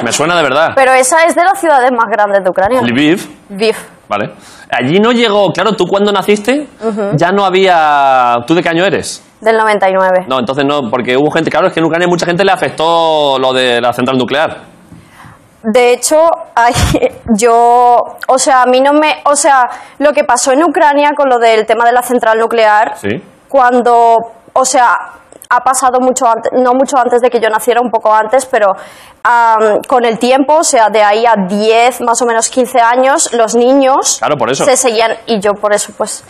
Speaker 1: Me suena de verdad.
Speaker 2: Pero esa es de las ciudades más grandes de Ucrania.
Speaker 1: Lviv,
Speaker 2: Lviv.
Speaker 1: vale. Allí no llegó, claro, tú cuando naciste
Speaker 2: Ujú.
Speaker 1: ya no había. ¿Tú de qué año eres?
Speaker 2: Del 99.
Speaker 1: No, entonces no, porque hubo gente, claro, es que en Ucrania mucha gente le afectó lo de la central nuclear.
Speaker 2: De hecho, hay- yo, o sea, a mí no me, o sea, lo que pasó en Ucrania con lo del tema de la central nuclear,
Speaker 1: Sí.
Speaker 2: cuando, o sea, ha pasado mucho antes, no mucho antes de que yo naciera, un poco antes, pero am, con el tiempo, o sea, de ahí a 10, más o menos 15 años, los niños
Speaker 1: Claro, por eso.
Speaker 2: se seguían, y yo por eso, pues,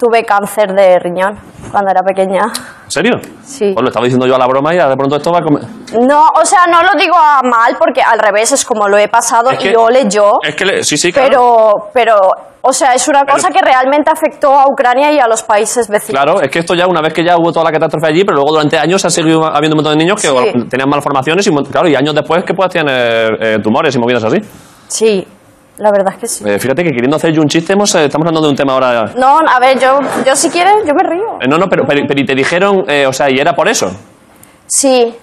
Speaker 2: tuve cáncer de riñón cuando era pequeña.
Speaker 1: ¿En serio?
Speaker 2: Sí.
Speaker 1: Pues lo estaba diciendo yo a la broma y ahora de pronto esto va a comer.
Speaker 2: No, o sea, no lo digo a mal, porque al revés es como lo he pasado
Speaker 1: Es que-
Speaker 2: y ole yo.
Speaker 1: Es que le- sí, sí, claro.
Speaker 2: Oh. Pero, pero, o sea, es una
Speaker 1: Pero-
Speaker 2: cosa que realmente afectó a Ucrania y a los países vecinos.
Speaker 1: Claro, es que esto ya, una vez que ya hubo toda la catástrofe allí, pero luego durante años ha seguido habiendo un montón de niños que
Speaker 2: Sí.
Speaker 1: tenían malformaciones y, mon- claro, y años después que puedas tener eh, tumores y movidas así.
Speaker 2: Sí, la verdad es que sí.
Speaker 1: Eh, fíjate que queriendo hacer yo un chiste, hemos, eh, estamos hablando de un tema ahora.
Speaker 2: No, a ver, yo, yo si quieres, yo me río.
Speaker 1: Eh, no, no, pero, pero, pero y te dijeron, eh, o sea, y era por eso.
Speaker 2: Sí,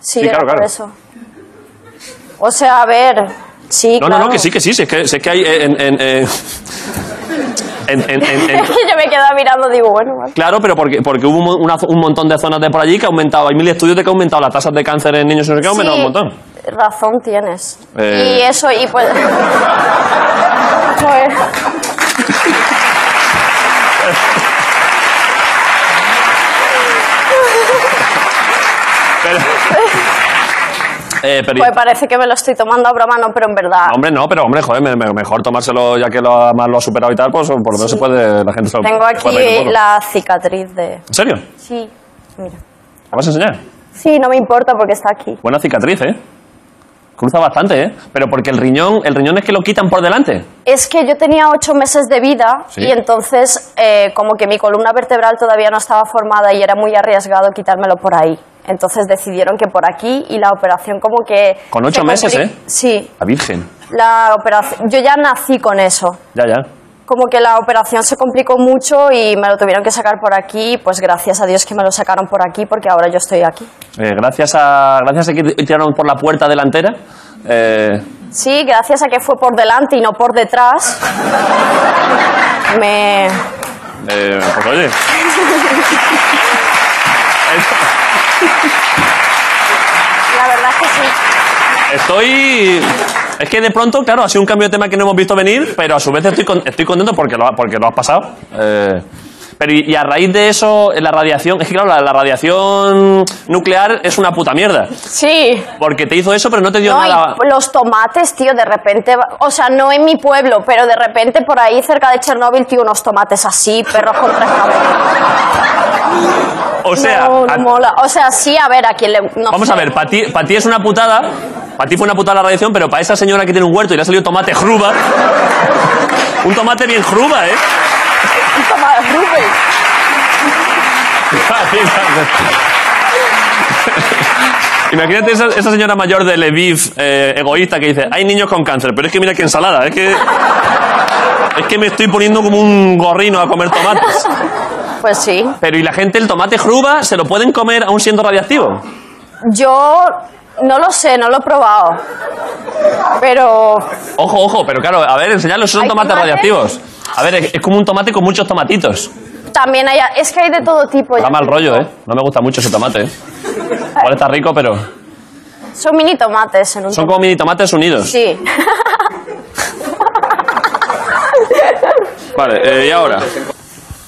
Speaker 2: sí,
Speaker 1: Sí,
Speaker 2: era
Speaker 1: claro,
Speaker 2: por
Speaker 1: claro.
Speaker 2: eso. O sea, a ver, sí,
Speaker 1: no,
Speaker 2: claro.
Speaker 1: no, no, que sí, que sí, si es que, si es que hay. eh, En, en, eh, en- en- en- en-
Speaker 2: Es que yo me quedaba mirando, digo, bueno, vale.
Speaker 1: Claro, pero porque, porque hubo un- una- un montón de zonas de por allí que ha aumentado. Hay mil estudios de que ha aumentado las tasas de cáncer en niños y no sé qué, ha aumentado
Speaker 2: Sí,
Speaker 1: un montón.
Speaker 2: Razón tienes.
Speaker 1: Eh.
Speaker 2: Y eso, y pues. Joder.
Speaker 1: Pero, Eh, pero-
Speaker 2: Pues parece que me lo estoy tomando a broma, no, pero en verdad.
Speaker 1: Hombre, no, pero hombre, joder, me- me- mejor tomárselo ya que lo, ha- más lo ha superado y tal, pues por lo menos se puede, la gente se lo
Speaker 2: Tengo
Speaker 1: puede reír un
Speaker 2: aquí
Speaker 1: poco.
Speaker 2: la cicatriz de.
Speaker 1: ¿En serio?
Speaker 2: Sí, mira.
Speaker 1: ¿La vas a enseñar?
Speaker 2: Sí, no me importa porque está aquí.
Speaker 1: Buena cicatriz, ¿eh? Cruza bastante, ¿eh? Pero porque el riñón, el riñón es que lo quitan por delante.
Speaker 2: Es que yo tenía ocho meses de vida
Speaker 1: Sí.
Speaker 2: y entonces eh, como que mi columna vertebral todavía no estaba formada y era muy arriesgado quitármelo por ahí. Entonces decidieron que por aquí y la operación como que...
Speaker 1: Con ocho
Speaker 2: se compli-
Speaker 1: meses, ¿eh?
Speaker 2: Sí,
Speaker 1: La Virgen.
Speaker 2: la operación... Yo ya nací con eso.
Speaker 1: Ya, ya.
Speaker 2: Como que la operación se complicó mucho y me lo tuvieron que sacar por aquí, pues gracias a Dios que me lo sacaron por aquí porque ahora yo estoy aquí.
Speaker 1: Eh, gracias, a, gracias a que tiraron por la puerta delantera. eh,
Speaker 2: Sí, gracias a que fue por delante y no por detrás. Me...
Speaker 1: eh, pues oye.
Speaker 2: La verdad es que sí.
Speaker 1: Estoy. Es que de pronto, claro, ha sido un cambio de tema que no hemos visto venir, pero a su vez estoy, con- estoy contento porque lo, ha- porque lo has pasado. Eh, pero y, y a raíz de eso, eh, la radiación. Es que claro, la, la radiación nuclear es una puta mierda.
Speaker 2: Sí.
Speaker 1: Porque te hizo eso, pero no te dio
Speaker 2: No, y
Speaker 1: nada.
Speaker 2: los tomates, tío, de repente, o sea, no en mi pueblo, pero de repente por ahí cerca de Chernóbil, tío, unos tomates así, perros contra jamón.
Speaker 1: O sea,
Speaker 2: pues, no, no
Speaker 1: a-
Speaker 2: mola. O sea, sí, a ver, a quien le. no
Speaker 1: vamos
Speaker 2: sé.
Speaker 1: a ver, para ti, pa' ti es una putada. Para ti fue una putada la radiación, pero para esa señora que tiene un huerto y le ha salido tomate jruba. Un tomate bien jruba, ¿eh?
Speaker 2: Un tomate Rubén.
Speaker 1: Imagínate esa, esa señora mayor de Lviv, eh, egoísta, que dice, hay niños con cáncer, pero es que mira qué ensalada, es que... Es que me estoy poniendo como un gorrino a comer tomates.
Speaker 2: Pues sí.
Speaker 1: Pero y la gente, el tomate jruba, se lo pueden comer aún siendo radiactivo.
Speaker 2: Yo no lo sé, no lo he probado. Pero
Speaker 1: Ojo, ojo, pero claro, a ver, enseñadlo, esos son
Speaker 2: ¿Hay
Speaker 1: tomates
Speaker 2: tomates?
Speaker 1: radiactivos. A ver, es, es como un tomate con muchos tomatitos.
Speaker 2: también hay, es que hay de todo tipo.
Speaker 1: Da mal rollo, ¿eh? No me gusta mucho ese tomate, ¿eh? Igual está rico, pero...
Speaker 2: Son mini tomates en un
Speaker 1: Son como mini tomates unidos.
Speaker 2: Sí.
Speaker 1: Vale, eh, ¿y ahora?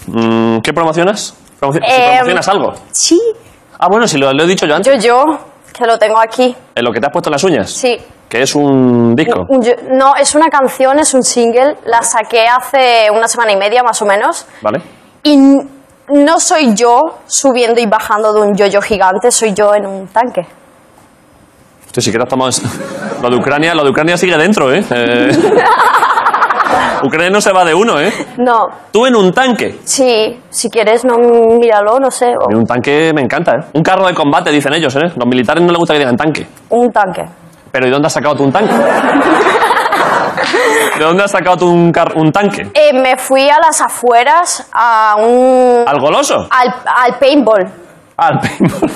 Speaker 1: Mm, ¿Qué promocionas? Promoci- si
Speaker 2: Em,
Speaker 1: ¿Promocionas algo?
Speaker 2: Sí.
Speaker 1: Ah, bueno, si lo, lo he dicho yo antes.
Speaker 2: Yo, yo, que lo tengo aquí.
Speaker 1: En lo que te has puesto en las uñas.
Speaker 2: Sí.
Speaker 1: Que es un disco.
Speaker 2: Un- yo- no, es una canción, es un single. La saqué hace una semana y media más o menos.
Speaker 1: ¿Vale?
Speaker 2: Y n- no soy yo subiendo y bajando de un yoyo gigante, soy yo en un tanque.
Speaker 1: Hostia, sí que te has tomado... Lo de Ucrania, lo de Ucrania sigue dentro, ¿eh? Eh, Ucrania no se va de uno, ¿eh?
Speaker 2: No,
Speaker 1: Tú en un tanque.
Speaker 2: sí, si quieres, no míralo, no sé.
Speaker 1: A mí Un tanque me encanta, ¿eh? Un carro de combate, dicen ellos, ¿eh? Los militares no les gusta que digan tanque.
Speaker 2: Un tanque.
Speaker 1: Pero ¿y dónde has sacado tú un tanque? ¿De dónde has sacado tú un, car- un tanque?
Speaker 2: Eh, me fui a las afueras a un.
Speaker 1: ¿Al goloso?
Speaker 2: Al, al paintball.
Speaker 1: Al paintball.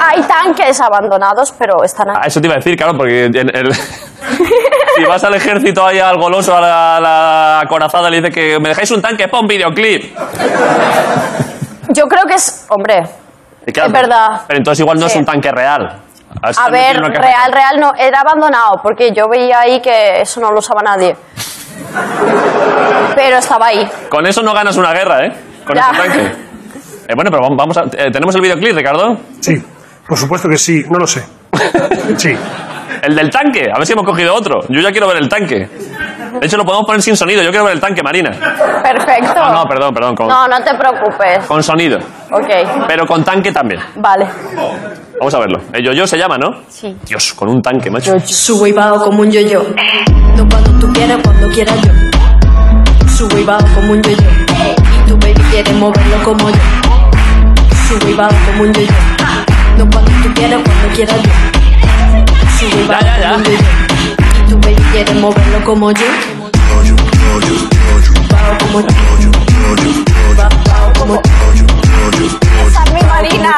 Speaker 2: Hay tanques abandonados, pero están ahí.
Speaker 1: Ah, eso te iba a decir, claro, porque en el- si vas al ejército ahí al goloso, a la, a la acorazada, le dices que me dejáis un tanque, es para un videoclip.
Speaker 2: Yo creo que es. Hombre,
Speaker 1: Y claro,
Speaker 2: Es verdad.
Speaker 1: Pero entonces igual no es
Speaker 2: Sí.
Speaker 1: un tanque real. ver si
Speaker 2: a
Speaker 1: te meten
Speaker 2: ver,
Speaker 1: una caja-
Speaker 2: real, real no. Era abandonado, porque yo veía ahí que eso no lo usaba nadie. Pero estaba ahí.
Speaker 1: Con eso no ganas una guerra, ¿eh? Con
Speaker 2: Ya.
Speaker 1: ese tanque. Eh, bueno, pero vam- vamos a... eh, ¿Tenemos el videoclip, Ricardo?
Speaker 10: Sí, por supuesto que sí, no lo sé.
Speaker 1: Este
Speaker 10: Sí.
Speaker 1: El del tanque, a ver si hemos cogido otro. Yo ya quiero ver el tanque. De hecho, lo podemos poner sin sonido. Yo quiero ver el tanque, Marina.
Speaker 2: Perfecto.
Speaker 1: Ah, No, no, perdón, perdón. Con,
Speaker 2: No, no te preocupes.
Speaker 1: con sonido.
Speaker 2: Ok.
Speaker 1: Pero con tanque también.
Speaker 2: Vale.
Speaker 1: Vamos a verlo. El yo-yo se llama, ¿no?
Speaker 2: Sí.
Speaker 1: Dios, con un tanque, macho.
Speaker 3: Subo y bajo como un yo-yo. No cuando tú quieras, cuando quiera yo. Subo y bajo como un yo-yo. Y tu baby quiere moverlo como yo. Subo y bajo como un yo-yo. No cuando tú quieras, cuando quiera yo. Subo y bajo como un yo-yo. Y tu baby quiere moverlo como yo. Bajo como yo. Bajo, bajo como
Speaker 2: Esa es mi Marina.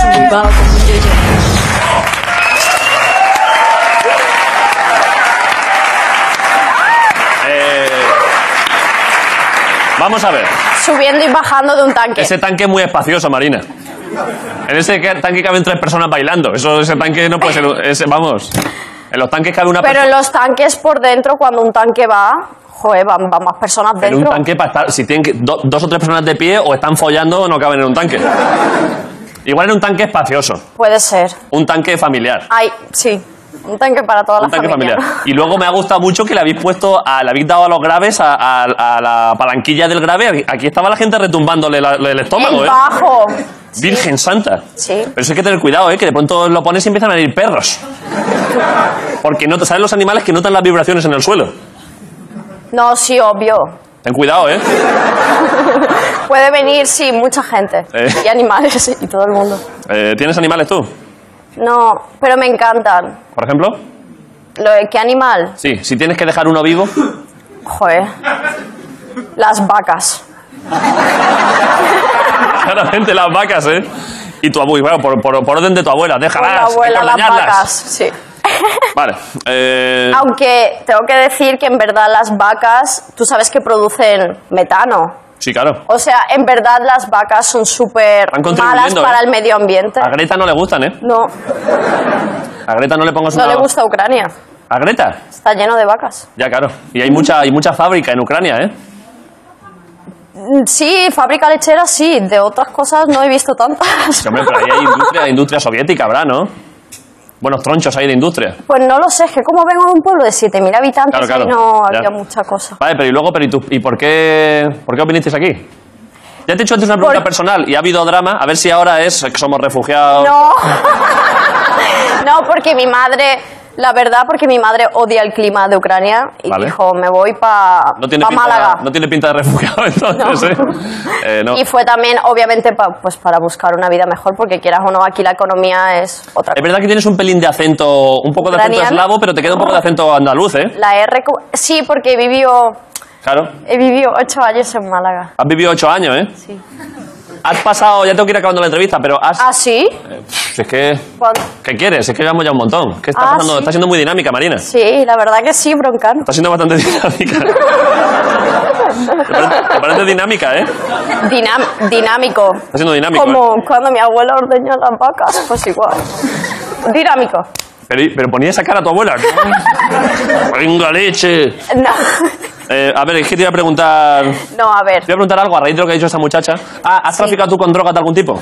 Speaker 3: Subo y bajo como un yo-yo.
Speaker 1: Eh, Vamos a ver.
Speaker 2: Subiendo y bajando de un tanque.
Speaker 1: Ese tanque es muy espacioso, Marina. En ese ca- tanque caben tres personas bailando. Eso, ese tanque no puede ser... un- ese- vamos. En los tanques cabe una
Speaker 2: Pero
Speaker 1: persona.
Speaker 2: en los tanques por dentro, cuando un tanque va, joder, van, van más personas
Speaker 1: En un
Speaker 2: dentro.
Speaker 1: tanque para estar... Si tienen que- do- dos o tres personas de pie o están follando no caben en un tanque. Igual en un tanque espacioso.
Speaker 2: Puede ser.
Speaker 1: Un tanque familiar.
Speaker 2: Ay, sí. Un tanque para toda
Speaker 1: Un
Speaker 2: la
Speaker 1: tanque
Speaker 2: familia.
Speaker 1: familiar. Y luego me ha gustado mucho que le habéis puesto, a, le habéis dado a los graves, a, a- a la palanquilla del grave. Aquí estaba la gente retumbándole la- el estómago,
Speaker 2: El
Speaker 1: ¿eh?
Speaker 2: bajo.
Speaker 1: Virgen Santa.
Speaker 2: Sí.
Speaker 1: Pero eso hay que tener cuidado, ¿eh? Que de pronto lo pones y empiezan a venir perros. Porque no sabes los animales que notan las vibraciones en el suelo.
Speaker 2: No, sí, obvio.
Speaker 1: Ten cuidado, ¿eh?
Speaker 2: Puede venir, sí, mucha gente.
Speaker 1: Eh.
Speaker 2: Y animales y todo el mundo.
Speaker 1: Eh, ¿Tienes animales tú?
Speaker 2: No, pero me encantan.
Speaker 1: Por ejemplo.
Speaker 2: Lo de qué animal.
Speaker 1: Sí, si tienes que dejar uno vivo.
Speaker 2: Joder. Las vacas.
Speaker 1: Claramente las vacas, ¿eh? Y tu abuela, bueno, por, por- por orden de tu abuela, déjalas.
Speaker 2: La
Speaker 1: hay que
Speaker 2: abuela, las
Speaker 1: ordeñarlas.
Speaker 2: vacas. Sí.
Speaker 1: Vale. eh,
Speaker 2: Aunque tengo que decir que en verdad las vacas, tú sabes que producen metano.
Speaker 1: Sí, claro.
Speaker 2: O sea, en verdad las vacas son súper
Speaker 1: Están
Speaker 2: malas
Speaker 1: contribuyendo,
Speaker 2: para
Speaker 1: ¿eh?
Speaker 2: el medio ambiente.
Speaker 1: A Greta no le gustan, ¿eh?
Speaker 2: No,
Speaker 1: A Greta no le pongas
Speaker 2: no
Speaker 1: una...
Speaker 2: le gusta Ucrania.
Speaker 1: ¿A Greta?
Speaker 2: Está lleno de vacas.
Speaker 1: Ya, claro. Y hay mucha, hay mucha fábrica en Ucrania, ¿eh?
Speaker 2: Mm, Sí, fábrica lechera sí, de otras cosas no he visto tantas.
Speaker 1: Sí, hombre, pero ahí hay industria, industria soviética, habrá, ¿no? Buenos tronchos ahí de industria.
Speaker 2: Pues no lo sé, es que como vengo de un pueblo de 7.000 habitantes,
Speaker 1: Claro, claro.
Speaker 2: ahí no
Speaker 1: Ya.
Speaker 2: había mucha cosa.
Speaker 1: Vale, pero y luego, pero ¿y, tú, y por qué por qué os vinisteis aquí? Ya te he hecho antes una pregunta personal y ha habido drama. A ver si ahora es que somos refugiados.
Speaker 2: No. no, porque mi madre, la verdad, porque mi madre odia el clima de Ucrania y
Speaker 1: Vale.
Speaker 2: dijo, me voy para
Speaker 1: No tiene,
Speaker 2: Málaga.
Speaker 1: pinta, no tiene pinta de refugiado entonces, ¿eh? Eh, no.
Speaker 2: Y fue también, obviamente, pa- pues para buscar una vida mejor, porque quieras o no, aquí la economía es otra
Speaker 1: Es verdad que tienes un pelín de acento, un poco de acento
Speaker 2: Ucraniano.
Speaker 1: eslavo, pero te queda un poco de acento andaluz, ¿eh?
Speaker 2: La R, co- sí, porque vivió,
Speaker 1: Claro.
Speaker 2: he vivido ocho años en Málaga.
Speaker 1: Has vivido ocho años, ¿eh?
Speaker 2: Sí.
Speaker 1: Has pasado, ya tengo que ir acabando la entrevista, pero has.
Speaker 2: ¿Ah, sí?
Speaker 1: Eh, pff, si es que.
Speaker 2: Bueno,
Speaker 1: ¿Qué quieres? Es que llevamos ya un montón. ¿Qué está
Speaker 2: Ah,
Speaker 1: pasando?
Speaker 2: sí.
Speaker 1: Está siendo muy dinámica, Marina. Está
Speaker 2: sí, la verdad que sí, Broncan.
Speaker 1: siendo bastante dinámica. Te parece- te parece dinámica, ¿eh? Está
Speaker 2: Dinam- dinámico.
Speaker 1: siendo dinámico. ¿eh?
Speaker 2: Como cuando mi abuela ordeñó las vacas, pues igual. Dinámico.
Speaker 1: Pero, pero ponía esa cara a tu abuela. Venga, leche.
Speaker 2: No,
Speaker 1: Eh, a ver, es que te iba a preguntar. Te
Speaker 2: no, a ver.
Speaker 1: voy a preguntar algo a raíz de lo que ha dicho esta muchacha. Ah, ¿has traficado tú con drogas de algún tipo?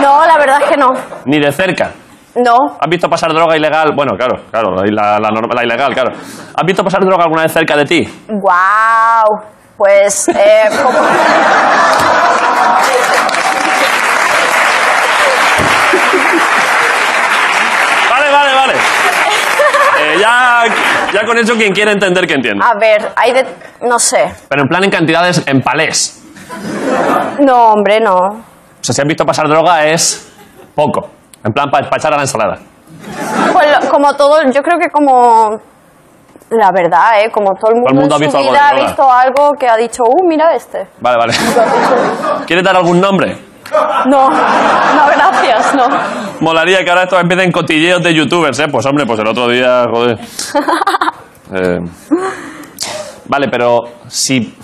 Speaker 2: No, la verdad es que no.
Speaker 1: Ni de cerca.
Speaker 2: No,
Speaker 1: ¿Has visto pasar droga ilegal? Bueno, claro, claro, la, la norma- la ilegal, claro. ¿Has visto pasar droga alguna vez cerca de ti?
Speaker 2: wow. Pues, eh, como...
Speaker 1: Vale, vale, vale. Eh, ya, ya con eso quien quiere entender que entiende.
Speaker 2: a ver, hay de... No sé.
Speaker 1: Pero en plan en cantidades, en palés.
Speaker 2: No, hombre, no.
Speaker 1: O sea, si has visto pasar droga es poco. En plan para echar a la ensalada.
Speaker 2: Pues lo- como todo, yo creo que como la verdad, ¿eh? como todo el mundo,
Speaker 1: mundo ha
Speaker 2: en su
Speaker 1: visto algo de
Speaker 2: vida ha
Speaker 1: droga.
Speaker 2: visto algo que ha dicho, uh, mira este.
Speaker 1: Vale, vale. ¿Quieres dar algún nombre?
Speaker 2: No, no, gracias, no.
Speaker 1: Molaría que ahora esto empiecen cotilleos de youtubers, ¿eh? Pues hombre, pues el otro día, joder. Eh, vale, pero si...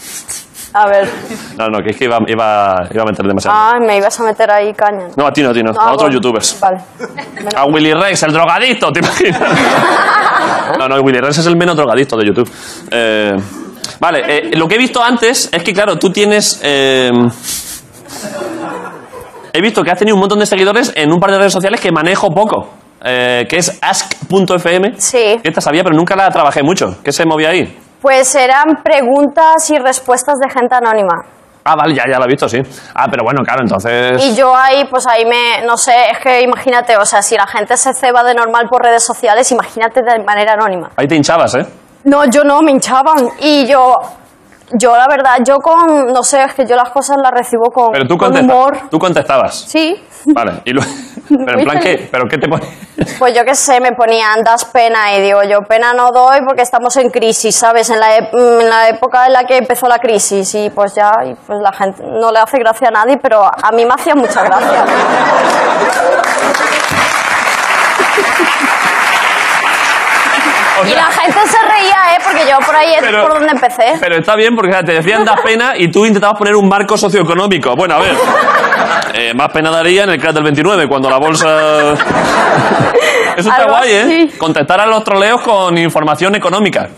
Speaker 2: A ver,
Speaker 1: No, no, que es que iba, iba, iba a meter demasiado.
Speaker 2: ah, me ibas a meter ahí caña.
Speaker 1: No, a ti no, a ti no.
Speaker 2: No,
Speaker 1: a otros
Speaker 2: bueno,
Speaker 1: youtubers.
Speaker 2: Vale.
Speaker 1: A Willy Rex, el drogadicto, ¿te imaginas? No, no, Willy Rex es el menos drogadicto de YouTube. Eh, vale, eh, lo que he visto antes es que, claro, tú tienes... eh, he visto que has tenido un montón de seguidores en un par de redes sociales que manejo poco. eh, que es ask.fm.
Speaker 2: Sí.
Speaker 1: Que esta sabía, pero nunca la trabajé mucho. ¿Qué se movía ahí?
Speaker 2: Pues eran preguntas y respuestas de gente anónima.
Speaker 1: Ah, vale, ya, ya la he visto, sí. Ah, pero bueno, claro, entonces...
Speaker 2: Y yo ahí, pues ahí me, no sé, es que imagínate, o sea, si la gente se ceba de normal por redes sociales, imagínate de manera anónima.
Speaker 1: Ahí te hinchabas, ¿eh?
Speaker 2: No, yo no, me hinchaban. Y yo, yo la verdad, yo con, no sé, es que yo las cosas las recibo con,
Speaker 1: Pero tú,
Speaker 2: con
Speaker 1: contesta-
Speaker 2: humor.
Speaker 1: tú contestabas.
Speaker 2: Sí,
Speaker 1: Vale, y luego... Pero en plan, ¿qué? ¿Pero qué te pones?
Speaker 2: pues yo qué sé, me ponían, das pena, y digo, yo pena no doy porque estamos en crisis, ¿sabes? En la, e- mm, en la época en la que empezó la crisis, y pues ya, y pues la gente no le hace gracia a nadie, pero a mí me hacía mucha gracia. Y la gente se reía, ¿eh? Porque yo por ahí es
Speaker 1: Pero-
Speaker 2: por donde empecé.
Speaker 1: Pero está bien porque o sea, te decían das pena y tú intentabas poner un marco socioeconómico. Bueno, a ver. eh, más pena daría en el crash del 29, cuando la bolsa. Eso está
Speaker 2: Algo
Speaker 1: guay, ¿eh?
Speaker 2: así.
Speaker 1: Contestar a los troleos con información económica.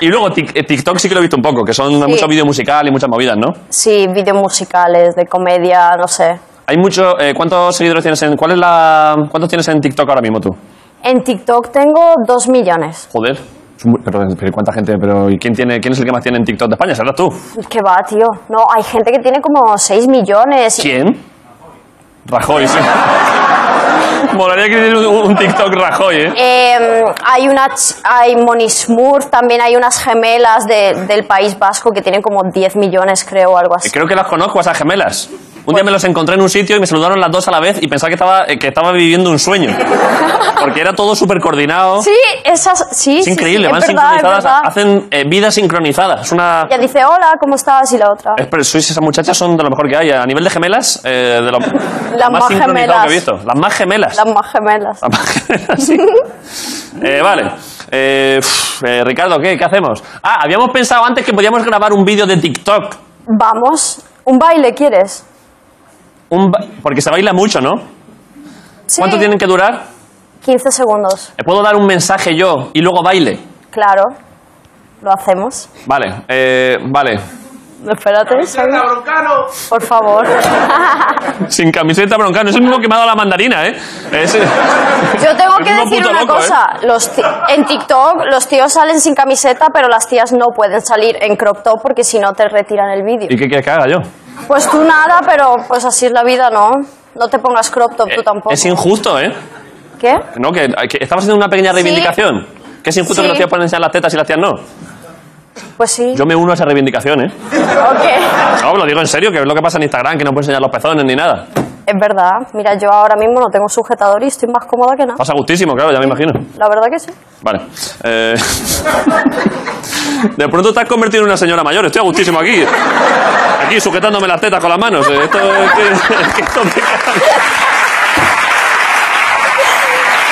Speaker 1: Y luego Tik- eh, TikTok sí que lo he visto un poco, que son muchos vídeos musicales y muchas movidas, ¿no?
Speaker 2: Sí, vídeos musicales, de comedia, no sé.
Speaker 1: Hay mucho. eh, ¿Cuántos seguidores tienes en. ¿Cuál es la. ¿Cuántos tienes en TikTok ahora mismo tú?
Speaker 2: En TikTok tengo dos millones.
Speaker 1: Joder. es mu- Pero, pero ¿cuánta gente? Pero, ¿Y quién, tiene, quién es el que más tiene en TikTok de España? ¿Serás tú?
Speaker 2: ¿Qué va, tío? No, hay gente que tiene como 6 millones.
Speaker 1: ¿Quién? Rajoy, sí. Molaría que hiciera un, un TikTok Rajoy, ¿eh?
Speaker 2: Eh, hay una ch- hay Monismur, también hay unas gemelas de- del País Vasco que tienen como 10 millones, creo, o algo así.
Speaker 1: Creo que las conozco, a esas gemelas. Un día me los encontré en un sitio y me saludaron las dos a la vez y pensaba que estaba, eh, que estaba viviendo un sueño. Porque era todo súper coordinado.
Speaker 2: Sí, esas, sí.
Speaker 1: es
Speaker 2: sí,
Speaker 1: increíble,
Speaker 2: sí,
Speaker 1: van
Speaker 2: es verdad, es
Speaker 1: sincronizadas,
Speaker 2: verdad.
Speaker 1: hacen eh, vida sincronizada. Es una.
Speaker 2: Ella dice, hola, ¿cómo estás? Y la otra.
Speaker 1: Es, pero sois- esas muchachas son de lo mejor que hay. A nivel de gemelas, eh, de lo
Speaker 2: Las
Speaker 1: más
Speaker 2: más
Speaker 1: sincronizado
Speaker 2: gemelas.
Speaker 1: que he visto. Las más gemelas.
Speaker 2: Las más gemelas.
Speaker 1: Las más gemelas, Ah, sí. Eh, vale. Eh, uf, eh, Ricardo, ¿qué, ¿qué hacemos? Ah, habíamos pensado antes que podíamos grabar un vídeo de TikTok.
Speaker 2: Vamos, ¿un baile quieres?
Speaker 1: Un ba- porque se baila mucho, ¿no?
Speaker 2: Sí.
Speaker 1: ¿Cuánto tienen que durar?
Speaker 2: 15 segundos,
Speaker 1: Eh, ¿Puedo dar un mensaje yo y luego baile?
Speaker 2: claro. Lo hacemos.
Speaker 1: Vale, eh, vale.
Speaker 2: Espérate. Xavi. Por favor.
Speaker 1: Sin camiseta, broncano. Es el mismo que me ha dado la mandarina, ¿eh? Es-
Speaker 2: Yo tengo
Speaker 1: Es
Speaker 2: que
Speaker 1: un
Speaker 2: decir
Speaker 1: puto
Speaker 2: una
Speaker 1: loco,
Speaker 2: cosa. Los ti- en TikTok los tíos salen sin camiseta, pero las tías no pueden salir en crop top porque si no te retiran el vídeo.
Speaker 1: ¿eh? ¿Y qué quieres que haga yo?
Speaker 2: Pues tú nada, pero pues así es la vida, ¿no? No te pongas crop top tú tampoco.
Speaker 1: Eh, Es injusto, ¿eh?
Speaker 2: ¿Qué?
Speaker 1: No, que, que estamos haciendo una pequeña
Speaker 2: Sí.
Speaker 1: reivindicación. Que es injusto
Speaker 2: Sí.
Speaker 1: que los tíos puedan enseñar las tetas y las tías no.
Speaker 2: Pues sí.
Speaker 1: Yo me uno a esa reivindicación, ¿eh?
Speaker 2: Ok.
Speaker 1: No, lo digo en serio, que es lo que pasa en Instagram, que no pueden enseñar los pezones ni nada.
Speaker 2: Es verdad. Mira, yo ahora mismo no tengo sujetador y estoy más cómoda que nada.
Speaker 1: Pasa gustísimo, claro, ya me imagino.
Speaker 2: La verdad que sí.
Speaker 1: Vale. Eh, De pronto te has convertido en una señora mayor. Estoy a gustísimo aquí. Aquí sujetándome las tetas con las manos. Eh, Esto, es que- es que esto me encanta.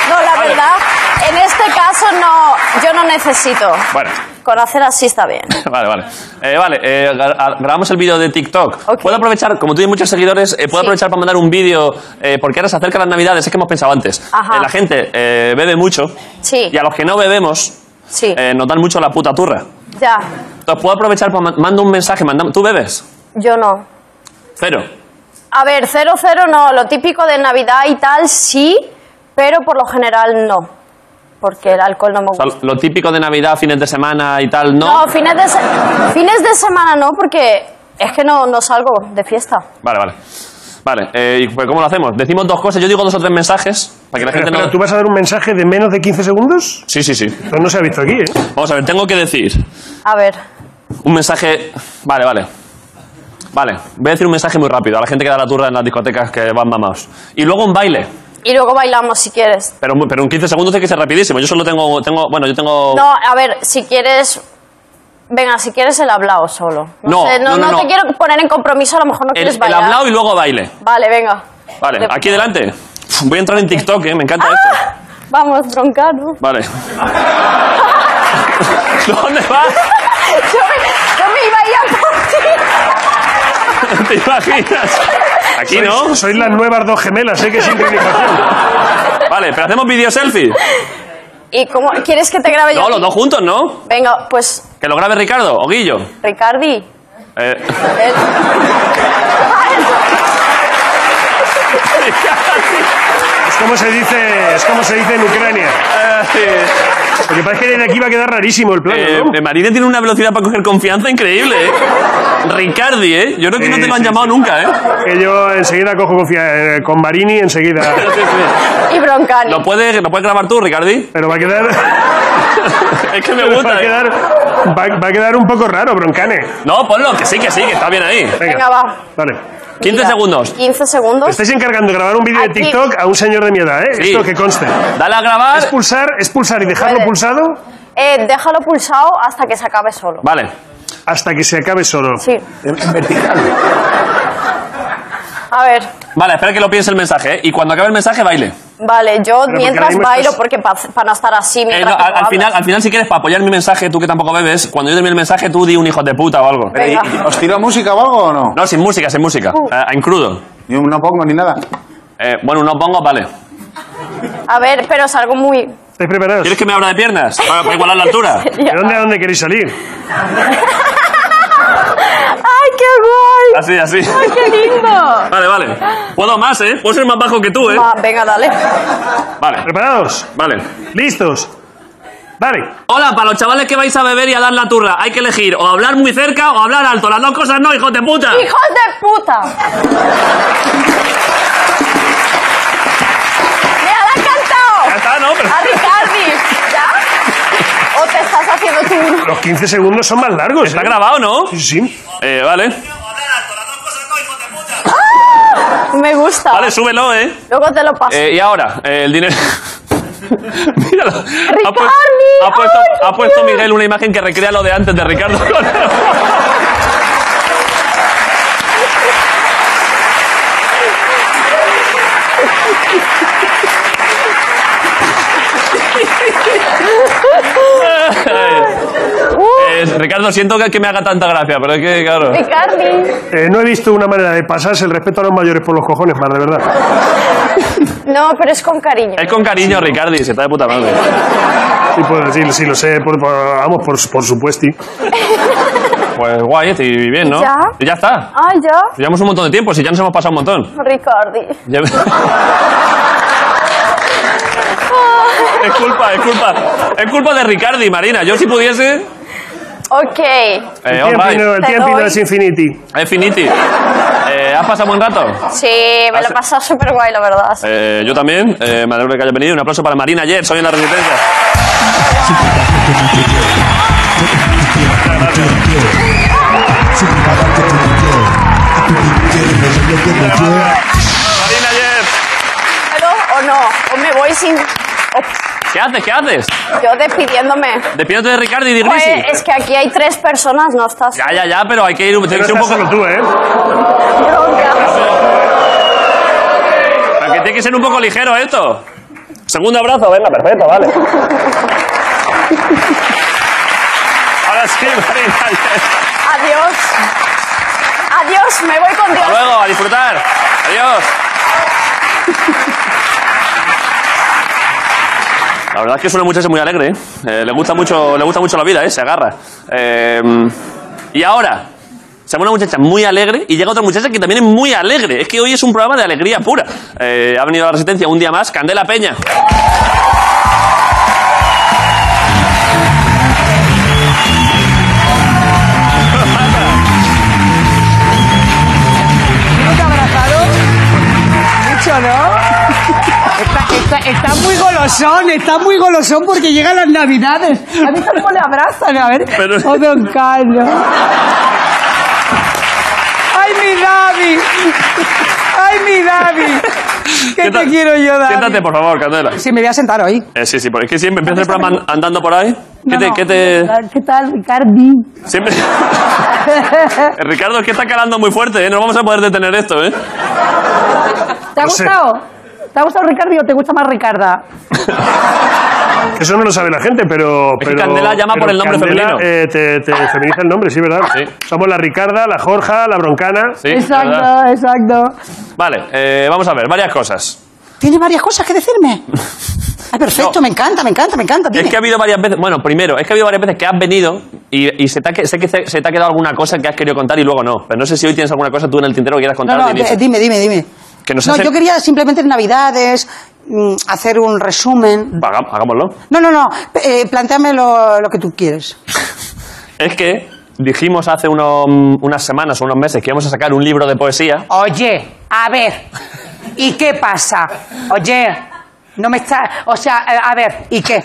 Speaker 2: No, la verdad, en este caso no, yo no necesito.
Speaker 1: Bueno.
Speaker 2: Con hacer así está bien.
Speaker 1: Vale, vale. Eh, vale, eh, gra- a- grabamos el vídeo de TikTok. ¿Puedo aprovechar, como tú tienes muchos seguidores, eh, puedo aprovechar para mandar un vídeo? eh, porque ahora se acerca las Navidades, es que hemos pensado antes.
Speaker 2: Ajá.
Speaker 1: Eh, la gente eh, bebe mucho. Y a los que no bebemos, eh, nos dan mucho la puta turra.
Speaker 2: Ya,
Speaker 1: Entonces, puedo aprovechar para ma- mando un mensaje. mandam- ¿Tú bebes?
Speaker 2: yo no.
Speaker 1: Cero.
Speaker 2: A ver, cero, cero no. Lo típico de Navidad y tal, sí, pero por lo general no. Porque el alcohol no me
Speaker 1: O sea,
Speaker 2: gusta.
Speaker 1: lo típico de Navidad, fines de semana y tal, ¿no?
Speaker 2: No, fines de, se- fines de semana no, porque es que no, no salgo de fiesta.
Speaker 1: Vale, vale. Vale, eh, ¿y pues cómo lo hacemos? Decimos dos cosas, yo digo dos o tres mensajes para que la
Speaker 10: Pero,
Speaker 1: gente no...
Speaker 10: espera, ¿Tú vas a dar un mensaje de menos de 15 segundos?
Speaker 1: Sí, sí, sí.
Speaker 10: Pues no se ha visto aquí, ¿eh?
Speaker 1: Vamos a ver, tengo que decir
Speaker 2: A ver,
Speaker 1: un mensaje... Vale, vale. Vale, voy a decir un mensaje muy rápido a la gente que da la turra en las discotecas que van mamados. Y luego un baile,
Speaker 2: y luego bailamos si quieres.
Speaker 1: pero, muy- pero en 15 segundos tiene que ser rapidísimo. Yo solo tengo... tengo bueno, yo tengo...
Speaker 2: No, a ver, si quieres. Venga, si quieres el hablado solo.
Speaker 1: No,
Speaker 2: sé,
Speaker 1: no, no,
Speaker 2: te
Speaker 1: no.
Speaker 2: quiero poner en compromiso, a lo mejor no
Speaker 1: el,
Speaker 2: quieres
Speaker 1: el
Speaker 2: bailar.
Speaker 1: hablado y luego baile.
Speaker 2: Vale, venga.
Speaker 1: Vale,
Speaker 2: De-
Speaker 1: aquí delante. Voy a entrar en TikTok, eh, me encanta esto.
Speaker 2: Vamos, bronca, ¿no?
Speaker 1: Vale. ¿Dónde vas?
Speaker 2: yo, me, yo me iba a ir a por ti.
Speaker 1: ¿Te imaginas? Aquí
Speaker 10: Sois-
Speaker 1: no.
Speaker 10: Sois las nuevas dos gemelas, ¿eh? Que sincronización.
Speaker 1: Vale, pero hacemos video selfie.
Speaker 2: ¿Y cómo? ¿Quieres que te grabe yo?
Speaker 1: No, los dos juntos, ¿no?
Speaker 2: Venga, pues,
Speaker 1: Que lo grabe Ricardo o Guillo.
Speaker 2: Ricardi.
Speaker 1: Eh,
Speaker 10: Es como se dice, es como se dice en Ucrania. Lo que pasa es que desde aquí va a quedar rarísimo el plano,
Speaker 1: eh,
Speaker 10: ¿no?
Speaker 1: Marina tiene una velocidad para coger confianza increíble, ¿eh? Ricardi, ¿eh? Yo creo que no
Speaker 10: Sí,
Speaker 1: te lo han
Speaker 10: sí,
Speaker 1: llamado
Speaker 10: sí.
Speaker 1: nunca, ¿eh?
Speaker 10: Que yo enseguida cojo confia- eh, con Marini, enseguida.
Speaker 2: Y Broncani.
Speaker 1: ¿Lo puedes, lo puedes grabar tú, Ricardi?
Speaker 10: Pero va a quedar,
Speaker 1: Es que me
Speaker 10: pero va
Speaker 1: gusta.
Speaker 10: a
Speaker 1: ¿eh?
Speaker 10: quedar, va, va a quedar un poco raro, broncane.
Speaker 1: No, ponlo, que sí, que sí, que está bien ahí.
Speaker 10: Venga.
Speaker 2: Venga, va.
Speaker 10: Vale.
Speaker 1: 15 pues, segundos. Este-
Speaker 2: 15 segundos.
Speaker 10: Te estáis encargando de grabar un vídeo de
Speaker 2: Aquí.
Speaker 10: TikTok a un señor de mi edad, ¿eh?
Speaker 1: Sí.
Speaker 10: Esto que conste.
Speaker 1: Dale a grabar.
Speaker 10: Es pulsar, es pulsar y dejarlo
Speaker 2: Puedes.
Speaker 10: pulsado
Speaker 2: Eh, déjalo pulsado hasta que se acabe solo.
Speaker 1: Vale.
Speaker 10: hasta que se acabe solo.
Speaker 2: Sí.
Speaker 10: Vertical.
Speaker 2: A ver,
Speaker 1: Vale, espera que lo piense el mensaje, ¿eh? Y cuando acabe el mensaje, baile.
Speaker 2: vale, yo
Speaker 10: porque ahora
Speaker 2: mientras
Speaker 10: mismo
Speaker 2: bailo,
Speaker 10: estás-
Speaker 2: porque para no estar así
Speaker 1: Eh,
Speaker 2: mientras
Speaker 1: no,
Speaker 2: que tú
Speaker 1: al, al
Speaker 2: hablas.
Speaker 1: final, al final, si quieres, para apoyar mi mensaje, tú que tampoco bebes, cuando yo termine el mensaje, tú di un hijo de puta o algo.
Speaker 2: Venga.
Speaker 4: ¿Os tiro música o algo o no?
Speaker 1: No, sin música, sin música. Eh, en crudo.
Speaker 4: Yo no pongo ni nada.
Speaker 1: Eh, bueno, no pongo, vale.
Speaker 2: A ver, pero salgo muy...
Speaker 10: ¿Estáis preparados?
Speaker 1: ¿Quieres que me abra de piernas? Para, para igualar la altura.
Speaker 10: ¿De dónde a dónde queréis salir?
Speaker 2: ¡Ay, qué guay!
Speaker 1: Así, así.
Speaker 2: ¡Ay, qué lindo!
Speaker 1: Vale, vale. Puedo más, ¿eh? Puedo ser más bajo que tú, ¿eh?
Speaker 2: Va, venga, dale.
Speaker 1: Vale,
Speaker 10: ¿Preparados?
Speaker 1: vale.
Speaker 10: ¿Listos? Vale.
Speaker 1: Hola, para los chavales que vais a beber y a dar la turra, hay que elegir o hablar muy cerca o hablar alto. Las dos cosas no, hijos de puta.
Speaker 2: ¡Hijos de puta! ¡Mira, la han
Speaker 1: Ya
Speaker 2: cantado!
Speaker 1: está, ¿no? Pero-
Speaker 2: ¡A Ricardi! ¿Ya? ¿O te estás haciendo tú?
Speaker 10: Los 15 segundos son más largos.
Speaker 1: Está
Speaker 10: ¿eh?
Speaker 1: grabado, ¿no?
Speaker 10: Sí, sí.
Speaker 1: Eh, vale.
Speaker 2: Me gusta.
Speaker 1: Vale, súbelo, ¿eh?
Speaker 2: Luego te lo paso.
Speaker 1: Eh, y ahora, eh, el dinero. Míralo. Ha, pu-
Speaker 2: Ricardi,
Speaker 1: ha puesto,
Speaker 2: ay,
Speaker 1: ha
Speaker 2: qué
Speaker 1: puesto
Speaker 2: bien.
Speaker 1: Miguel una imagen que recrea lo de antes de Ricardo. Eh, Ricardo, siento que, que me haga tanta gracia, pero es que, claro.
Speaker 2: Ricardi.
Speaker 10: Eh, no he visto una manera de pasarse el respeto a los mayores por los cojones, más de verdad.
Speaker 2: No, pero es con cariño.
Speaker 1: Es con cariño, Ricardi, se está de puta madre.
Speaker 10: Sí, pues, sí, sí, lo sé, por, por- vamos, por, por supuesto.
Speaker 1: Pues guay, este, y bien, ¿no?
Speaker 2: ¿Ya?
Speaker 1: Y ya está.
Speaker 2: Ah, ya.
Speaker 1: Llevamos un montón de tiempo, si ya nos hemos pasado un montón.
Speaker 2: Ricardi.
Speaker 1: Ya- es culpa, es culpa. Es culpa de Ricardi, Marina. Yo si pudiese...
Speaker 2: Ok.
Speaker 1: Eh, all
Speaker 10: el
Speaker 1: right.
Speaker 10: tiempo, el
Speaker 2: Te
Speaker 10: tiempo
Speaker 2: doy.
Speaker 10: es infinity.
Speaker 1: Es finiti. Eh, ¿Has pasado buen rato?
Speaker 2: Sí, me lo he
Speaker 1: Has-
Speaker 2: pasado súper guay, la verdad.
Speaker 1: Ah, Eh, yo también. Eh, me alegro de que hayas venido. Un aplauso para Marina ayer. Soy en la Resistencia. Marina,
Speaker 2: no, o me voy sin. Oh,
Speaker 1: ¿Qué haces? ¿Qué haces?
Speaker 2: Yo despidiéndome.
Speaker 1: Despídete de Ricardo y de
Speaker 2: Joder,
Speaker 1: Irrisi.
Speaker 2: Pues es que aquí hay tres personas, no estás.
Speaker 1: Ya, ya, ya, pero hay que ir tiene que ser un poco. tú, ¿eh? Pero que tiene que ser un poco ligero esto. Segundo abrazo, venga, perfecto, vale. Ahora sí, Marina.
Speaker 2: Adiós. Adiós, me voy con
Speaker 1: Hasta
Speaker 2: Dios.
Speaker 1: luego, a disfrutar. Adiós. La verdad es que es una muchacha muy alegre, ¿eh? Eh, le, gusta mucho, le gusta mucho la vida, ¿eh? se agarra. Eh, y ahora, se va una muchacha muy alegre y llega otra muchacha que también es muy alegre. Es que hoy es un programa de alegría pura. Eh, ha venido a la Resistencia un día más, Candela Peña.
Speaker 6: Mucho, ¿no? Está, está- está muy golosón, está muy golosón porque llegan las navidades. A mí cómo le abrazan, a ver.
Speaker 5: Pero-
Speaker 6: Oh, don Carlos. ¡Ay, mi Davi! ¡Ay, mi Davi! ¿Qué te quiero yo, Davi?
Speaker 1: Siéntate, por favor, Candela.
Speaker 6: Sí, me voy a sentar hoy.
Speaker 1: Eh, sí, sí, porque es que siempre empieza el programa an- andando por ahí. ¿Qué
Speaker 6: No,
Speaker 1: te,
Speaker 6: no.
Speaker 1: qué te-
Speaker 6: ¿Qué tal, Ricardi?
Speaker 1: Siempre... Eh, Ricardo, es que está calando muy fuerte, ¿eh? No vamos a poder detener esto, ¿eh?
Speaker 6: ¿Te ha
Speaker 1: No sé.
Speaker 6: gustado? ¿Te ha gustado Ricardi o te gusta más Ricarda?
Speaker 10: Eso no lo sabe la gente, pero.
Speaker 1: Es que
Speaker 10: pero-
Speaker 1: Candela llama
Speaker 10: pero
Speaker 1: por el nombre
Speaker 10: Candela,
Speaker 1: femenino.
Speaker 10: eh, te, te feminiza el nombre, sí, ¿verdad? Somos la Ricarda, la Jorja, la Broncana. Sí,
Speaker 6: exacto, exacto.
Speaker 1: Vale, eh, vamos a ver, varias cosas.
Speaker 7: Tiene varias cosas que decirme. Ay, perfecto, me encanta, me encanta, me encanta.
Speaker 1: Es que ha habido varias veces, bueno, primero, es que ha habido varias veces que has venido y, y se te ha, que- sé que se, se te ha quedado alguna cosa que has querido contar y luego no. Pero no sé si hoy tienes alguna cosa tú en el tintero que quieras
Speaker 7: No,
Speaker 1: contar.
Speaker 7: no,
Speaker 1: de inicio.
Speaker 7: eh, dime, dime, dime.
Speaker 1: que nos
Speaker 7: No,
Speaker 1: hacen-
Speaker 7: yo quería simplemente en Navidades mm, hacer un resumen.
Speaker 1: Haga- hagámoslo.
Speaker 7: No, no, no, eh, planteame lo, lo que tú quieres.
Speaker 1: Es que dijimos hace uno- unas semanas o unos meses que íbamos a sacar un libro de poesía.
Speaker 7: Oye,
Speaker 6: A ver, ¿y qué pasa? Oye, no me está. O sea, eh, a ver, ¿y qué?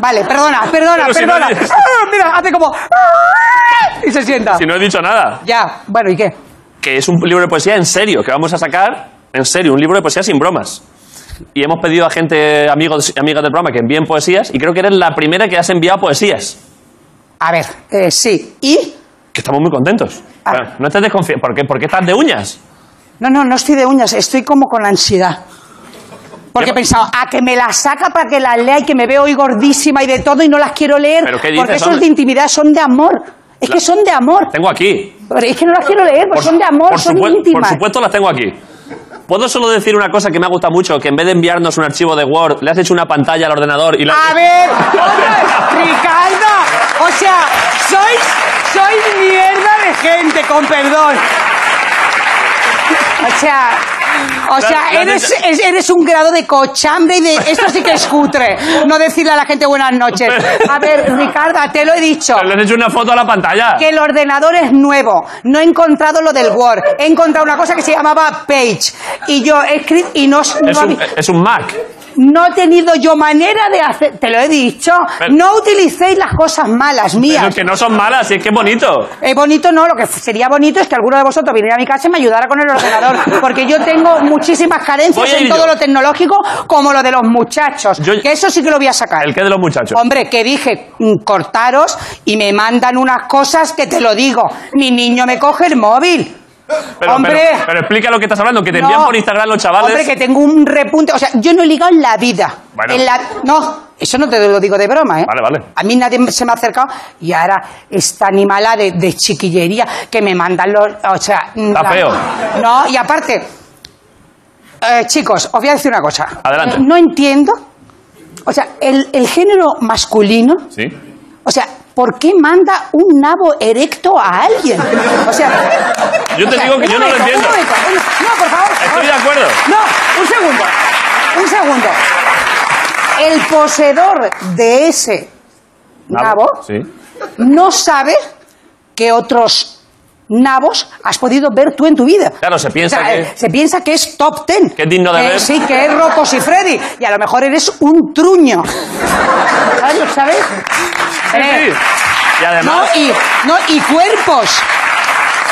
Speaker 7: Vale, perdona, perdona,
Speaker 6: Pero si
Speaker 7: perdona.
Speaker 6: no eres-
Speaker 7: Ah, mira, hace como...
Speaker 6: Y se sienta.
Speaker 1: Si no he dicho nada.
Speaker 7: Ya, bueno, ¿y qué?
Speaker 1: Que es un libro de poesía en serio, que vamos a sacar en serio, un libro de poesía sin bromas. Y hemos pedido a gente, amigos y amigas del programa, que envíen poesías y creo que eres la primera que has enviado poesías.
Speaker 7: A ver, eh, sí. ¿Y?
Speaker 1: Que estamos muy contentos.
Speaker 7: Ah.
Speaker 1: Bueno, no estés desconfiado. ¿Por qué? ¿Por qué estás de uñas?
Speaker 7: No, no, no estoy de uñas, estoy como con ansiedad. Porque he pensado, a que me las saca para que las lea y que me veo hoy gordísima y de todo y no las quiero leer.
Speaker 1: ¿Pero qué dices,
Speaker 7: porque eso es
Speaker 1: hombre?
Speaker 7: de intimidad, son de amor. Es que son de amor.
Speaker 1: Tengo aquí.
Speaker 7: Pero es que no las quiero leer, porque son de amor,
Speaker 1: Por,
Speaker 7: son
Speaker 1: supue- por
Speaker 7: íntimas.
Speaker 1: supuesto las tengo aquí. ¿Puedo solo decir una cosa que me ha gustado mucho? Que en vez de enviarnos un archivo de Word, le has hecho una pantalla al ordenador y la...
Speaker 6: A ver, oye, Ricardo, o sea, sois, sois mierda de gente, con perdón.
Speaker 7: O sea, o
Speaker 6: La-
Speaker 7: sea
Speaker 6: la
Speaker 7: eres,
Speaker 6: neta-
Speaker 7: es- eres un grado de cochambre y de esto sí que es cutre. No decirle a la gente buenas noches. A ver, Ricarda, te lo he dicho.
Speaker 1: Le has hecho una foto a la pantalla.
Speaker 7: Que el ordenador es nuevo. No he encontrado lo del Word. He encontrado una cosa que se llamaba Page. Y yo he escrito y no, no
Speaker 1: Es
Speaker 7: ha-
Speaker 1: un, es un Mac.
Speaker 7: no he tenido yo manera de hacer. Te lo he dicho.
Speaker 1: Pero-
Speaker 7: no utilicéis las cosas malas mías.
Speaker 1: Pero que no son malas, y es que es bonito.
Speaker 7: Eh, bonito no, lo que sería bonito es que alguno de vosotros viniera a mi casa y me ayudara con el ordenador, porque yo tengo muchísimas carencias
Speaker 1: Voy a ir
Speaker 7: en todo
Speaker 1: yo.
Speaker 7: lo tecnológico, como lo de los muchachos, que eso sí que lo voy a sacar.
Speaker 1: El que de los muchachos.
Speaker 7: Hombre, que dije, mm, cortaros y me mandan unas cosas que te lo digo, mi niño me coge el móvil.
Speaker 1: Pero,
Speaker 7: hombre.
Speaker 1: pero- pero explica lo que estás hablando, que te envían
Speaker 7: No.
Speaker 1: por Instagram los chavales.
Speaker 7: Hombre, que tengo un repunte, o sea, yo no he ligado en la vida.
Speaker 1: Bueno.
Speaker 7: En la- no, eso no te lo digo de broma, ¿eh?
Speaker 1: Vale, vale.
Speaker 7: A mí nadie se me ha acercado y ahora esta animala de, de chiquillería que me mandan los... O sea... Está
Speaker 1: feo.
Speaker 7: No, y aparte... eh, chicos, os voy a decir una cosa.
Speaker 1: Adelante.
Speaker 7: Eh, No entiendo... O sea, el, el género masculino...
Speaker 1: Sí.
Speaker 7: O sea, ¿por qué manda un nabo erecto a alguien? O sea...
Speaker 1: Yo te
Speaker 7: o sea,
Speaker 1: digo que
Speaker 7: un
Speaker 1: yo no lo
Speaker 7: momento,
Speaker 1: entiendo.
Speaker 7: un momento, un- no, por favor. por
Speaker 1: Estoy de
Speaker 7: favor.
Speaker 1: acuerdo.
Speaker 7: No, un segundo. Un segundo. El poseedor de ese nabo
Speaker 1: Sí.
Speaker 7: no sabe que otros nabos has podido ver tú en tu vida.
Speaker 1: Claro, se piensa
Speaker 7: O sea,
Speaker 1: que-
Speaker 7: eh, Se piensa que es top ten. Que
Speaker 1: es digno de ver.
Speaker 7: Sí, que es Rocos y Freddy. Y a lo mejor eres un truño. ¿Sabes? ¿Sabes? Eh,
Speaker 1: Y además.
Speaker 7: no, y, no, y cuerpos.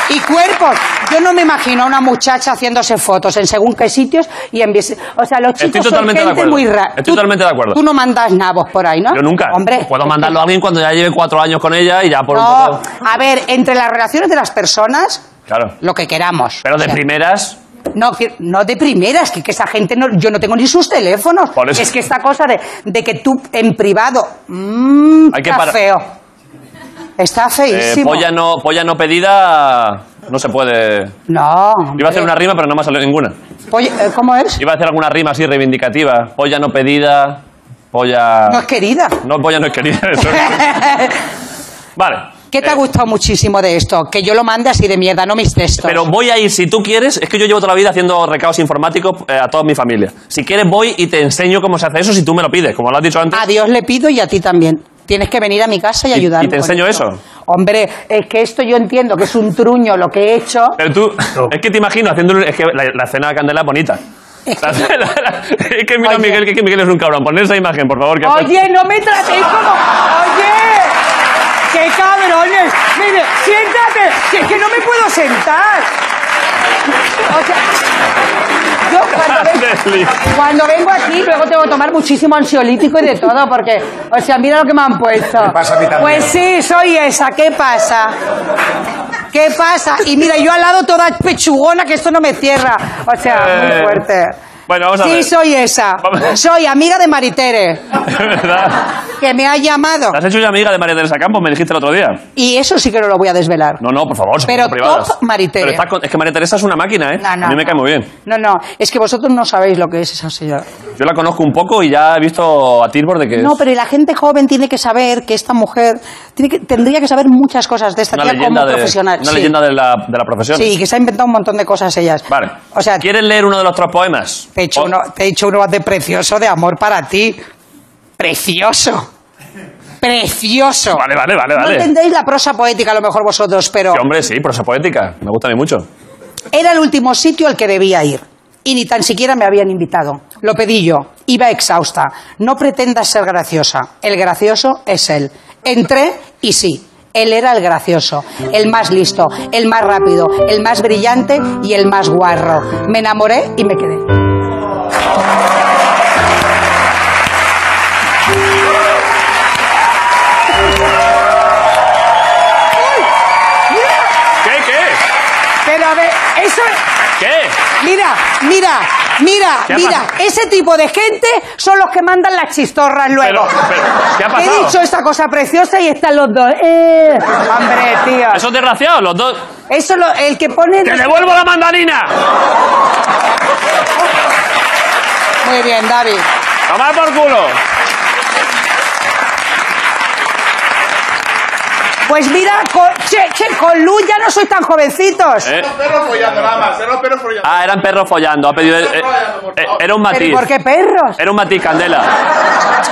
Speaker 7: Y cuerpos. Yo no me imagino a una muchacha haciéndose fotos en según qué sitios y en... bici- O sea, los
Speaker 1: Estoy
Speaker 7: chicos son
Speaker 1: totalmente de
Speaker 7: gente
Speaker 1: acuerdo.
Speaker 7: muy rara.
Speaker 1: Estoy totalmente de acuerdo.
Speaker 7: Tú no mandas nabos por ahí, ¿no?
Speaker 1: Yo nunca.
Speaker 7: Hombre.
Speaker 1: Puedo mandarlo a alguien cuando ya lleve cuatro años con ella y ya por un
Speaker 7: No,
Speaker 1: poco.
Speaker 7: a ver, entre las relaciones de las personas,
Speaker 1: Claro.
Speaker 7: lo que queramos.
Speaker 1: Pero de
Speaker 7: O sea,
Speaker 1: primeras.
Speaker 7: No, que- no de primeras, que, que esa gente no, yo no tengo ni sus teléfonos.
Speaker 1: Por eso.
Speaker 7: Es que esta cosa de, de que tú en privado, mmm,
Speaker 1: Hay que
Speaker 7: está
Speaker 1: parar.
Speaker 7: feo. Está
Speaker 1: Eh,
Speaker 7: feísimo.
Speaker 1: polla, no, polla no pedida. No se puede.
Speaker 7: No.
Speaker 1: Iba a hacer una rima, pero no me ha salido ninguna.
Speaker 7: Polla- eh, ¿Cómo es?
Speaker 1: Iba a hacer alguna rima así reivindicativa. Polla no pedida. Polla.
Speaker 7: No es querida.
Speaker 1: No, polla no es querida. eso es. Vale.
Speaker 7: ¿Qué
Speaker 1: Eh.
Speaker 7: te ha gustado muchísimo de esto? Que yo lo mande así de mierda, no mis textos.
Speaker 1: Pero voy a ir, si tú quieres, es que yo llevo toda la vida haciendo recados informáticos eh, a toda mi familia. Si quieres voy y te enseño cómo se hace eso si tú me lo pides, como lo has dicho antes.
Speaker 7: A Dios le pido y a ti también. Tienes que venir a mi casa y ayudarme.
Speaker 1: y te
Speaker 7: con
Speaker 1: enseño
Speaker 7: esto.
Speaker 1: eso.
Speaker 7: Hombre, es que esto yo entiendo que es un truño lo que he hecho.
Speaker 1: Pero tú, es que te imagino haciendo, un- es que la, la escena de Candela es bonita. La- la- la- es que mira a Miguel, que, es que Miguel es un cabrón. Poner esa imagen, por favor. Que
Speaker 6: Oye, no me tratéis como. Oye, qué cabrones. Mire, siéntate, que es que no me puedo sentar. O sea,
Speaker 7: yo cuando vengo, cuando vengo aquí, luego tengo que tomar muchísimo ansiolítico y de todo, porque, o sea, mira lo que me han puesto.
Speaker 6: pasa a mí también.
Speaker 7: Pues sí, soy esa, ¿qué pasa? ¿Qué pasa? Y mira, yo al lado toda pechugona, que esto no me cierra. O sea, muy
Speaker 1: Eh,
Speaker 7: fuerte.
Speaker 1: Bueno, vamos a
Speaker 7: Sí,
Speaker 1: ver.
Speaker 7: soy esa. Soy amiga de Maritere,
Speaker 1: ¿Verdad?
Speaker 7: que me ha llamado.
Speaker 1: ¿Te has hecho ya amiga de María Teresa Campos? Me dijiste el otro día.
Speaker 7: Y eso sí que no lo voy a desvelar.
Speaker 1: No, no, por favor. son
Speaker 7: Pero
Speaker 1: privadas.
Speaker 7: top Maritere.
Speaker 1: Pero estás con- es que María Teresa es una máquina, ¿eh?
Speaker 7: No, no,
Speaker 1: a mí me cae muy bien.
Speaker 7: No, no, es que vosotros no sabéis lo que es esa señora.
Speaker 1: Yo la conozco un poco y ya he visto a Tilbor de que es
Speaker 7: No, pero y la gente joven tiene que saber que esta mujer tiene que, tendría que saber muchas cosas de esta
Speaker 1: una,
Speaker 7: tía
Speaker 1: leyenda
Speaker 7: como
Speaker 1: de,
Speaker 7: profesional.
Speaker 1: una
Speaker 7: sí.
Speaker 1: leyenda de la, de la profesión.
Speaker 7: Sí, que se ha inventado un montón de cosas ellas.
Speaker 1: Vale.
Speaker 7: O sea,
Speaker 1: ¿Quieres leer uno de los tres poemas?
Speaker 7: te he hecho, uno, te he hecho uno de precioso de amor para ti. Precioso. Precioso.
Speaker 1: Vale, vale, vale,
Speaker 7: No
Speaker 1: vale.
Speaker 7: entendéis la prosa poética a lo mejor vosotros, pero
Speaker 1: Sí, hombre, sí, prosa poética. Me gusta a mí mucho.
Speaker 7: era el último sitio al que debía ir. Y ni tan siquiera me habían invitado. Lo pedí yo. Iba exhausta. No pretendas ser graciosa. El gracioso es él. Entré y sí. Él era el gracioso, el más listo, el más rápido, el más brillante y el más guarro. Me enamoré y me quedé.
Speaker 1: ¿Qué, qué?
Speaker 7: Pero a ver, eso...
Speaker 1: ¿Qué?
Speaker 7: Mira, mira, mira,
Speaker 1: ¿Qué ha
Speaker 7: mira.
Speaker 1: pasado?
Speaker 7: Ese tipo de gente son los que mandan las chistorras luego.
Speaker 1: Pero- pero, ¿qué ha pasado?
Speaker 7: He dicho esta cosa preciosa y están los dos. Eh, hombre, tío.
Speaker 1: Esos Ah, desgraciados, los dos.
Speaker 7: Eso lo, el que pone...
Speaker 1: ¡Te devuelvo la mandarina!
Speaker 7: Muy bien, David.
Speaker 1: ¡Toma por culo!
Speaker 7: Pues mira, con, che, che, con Luz ya no sois tan jovencitos.
Speaker 1: Eh.
Speaker 4: Perros follando, nada más. Eran perros follando.
Speaker 1: Ah, eran perros follando. Ha pedido. eh, eh, era
Speaker 7: ¿Pero y
Speaker 1: un matiz. Eh,
Speaker 7: por qué perros?
Speaker 1: Era un matiz, Candela.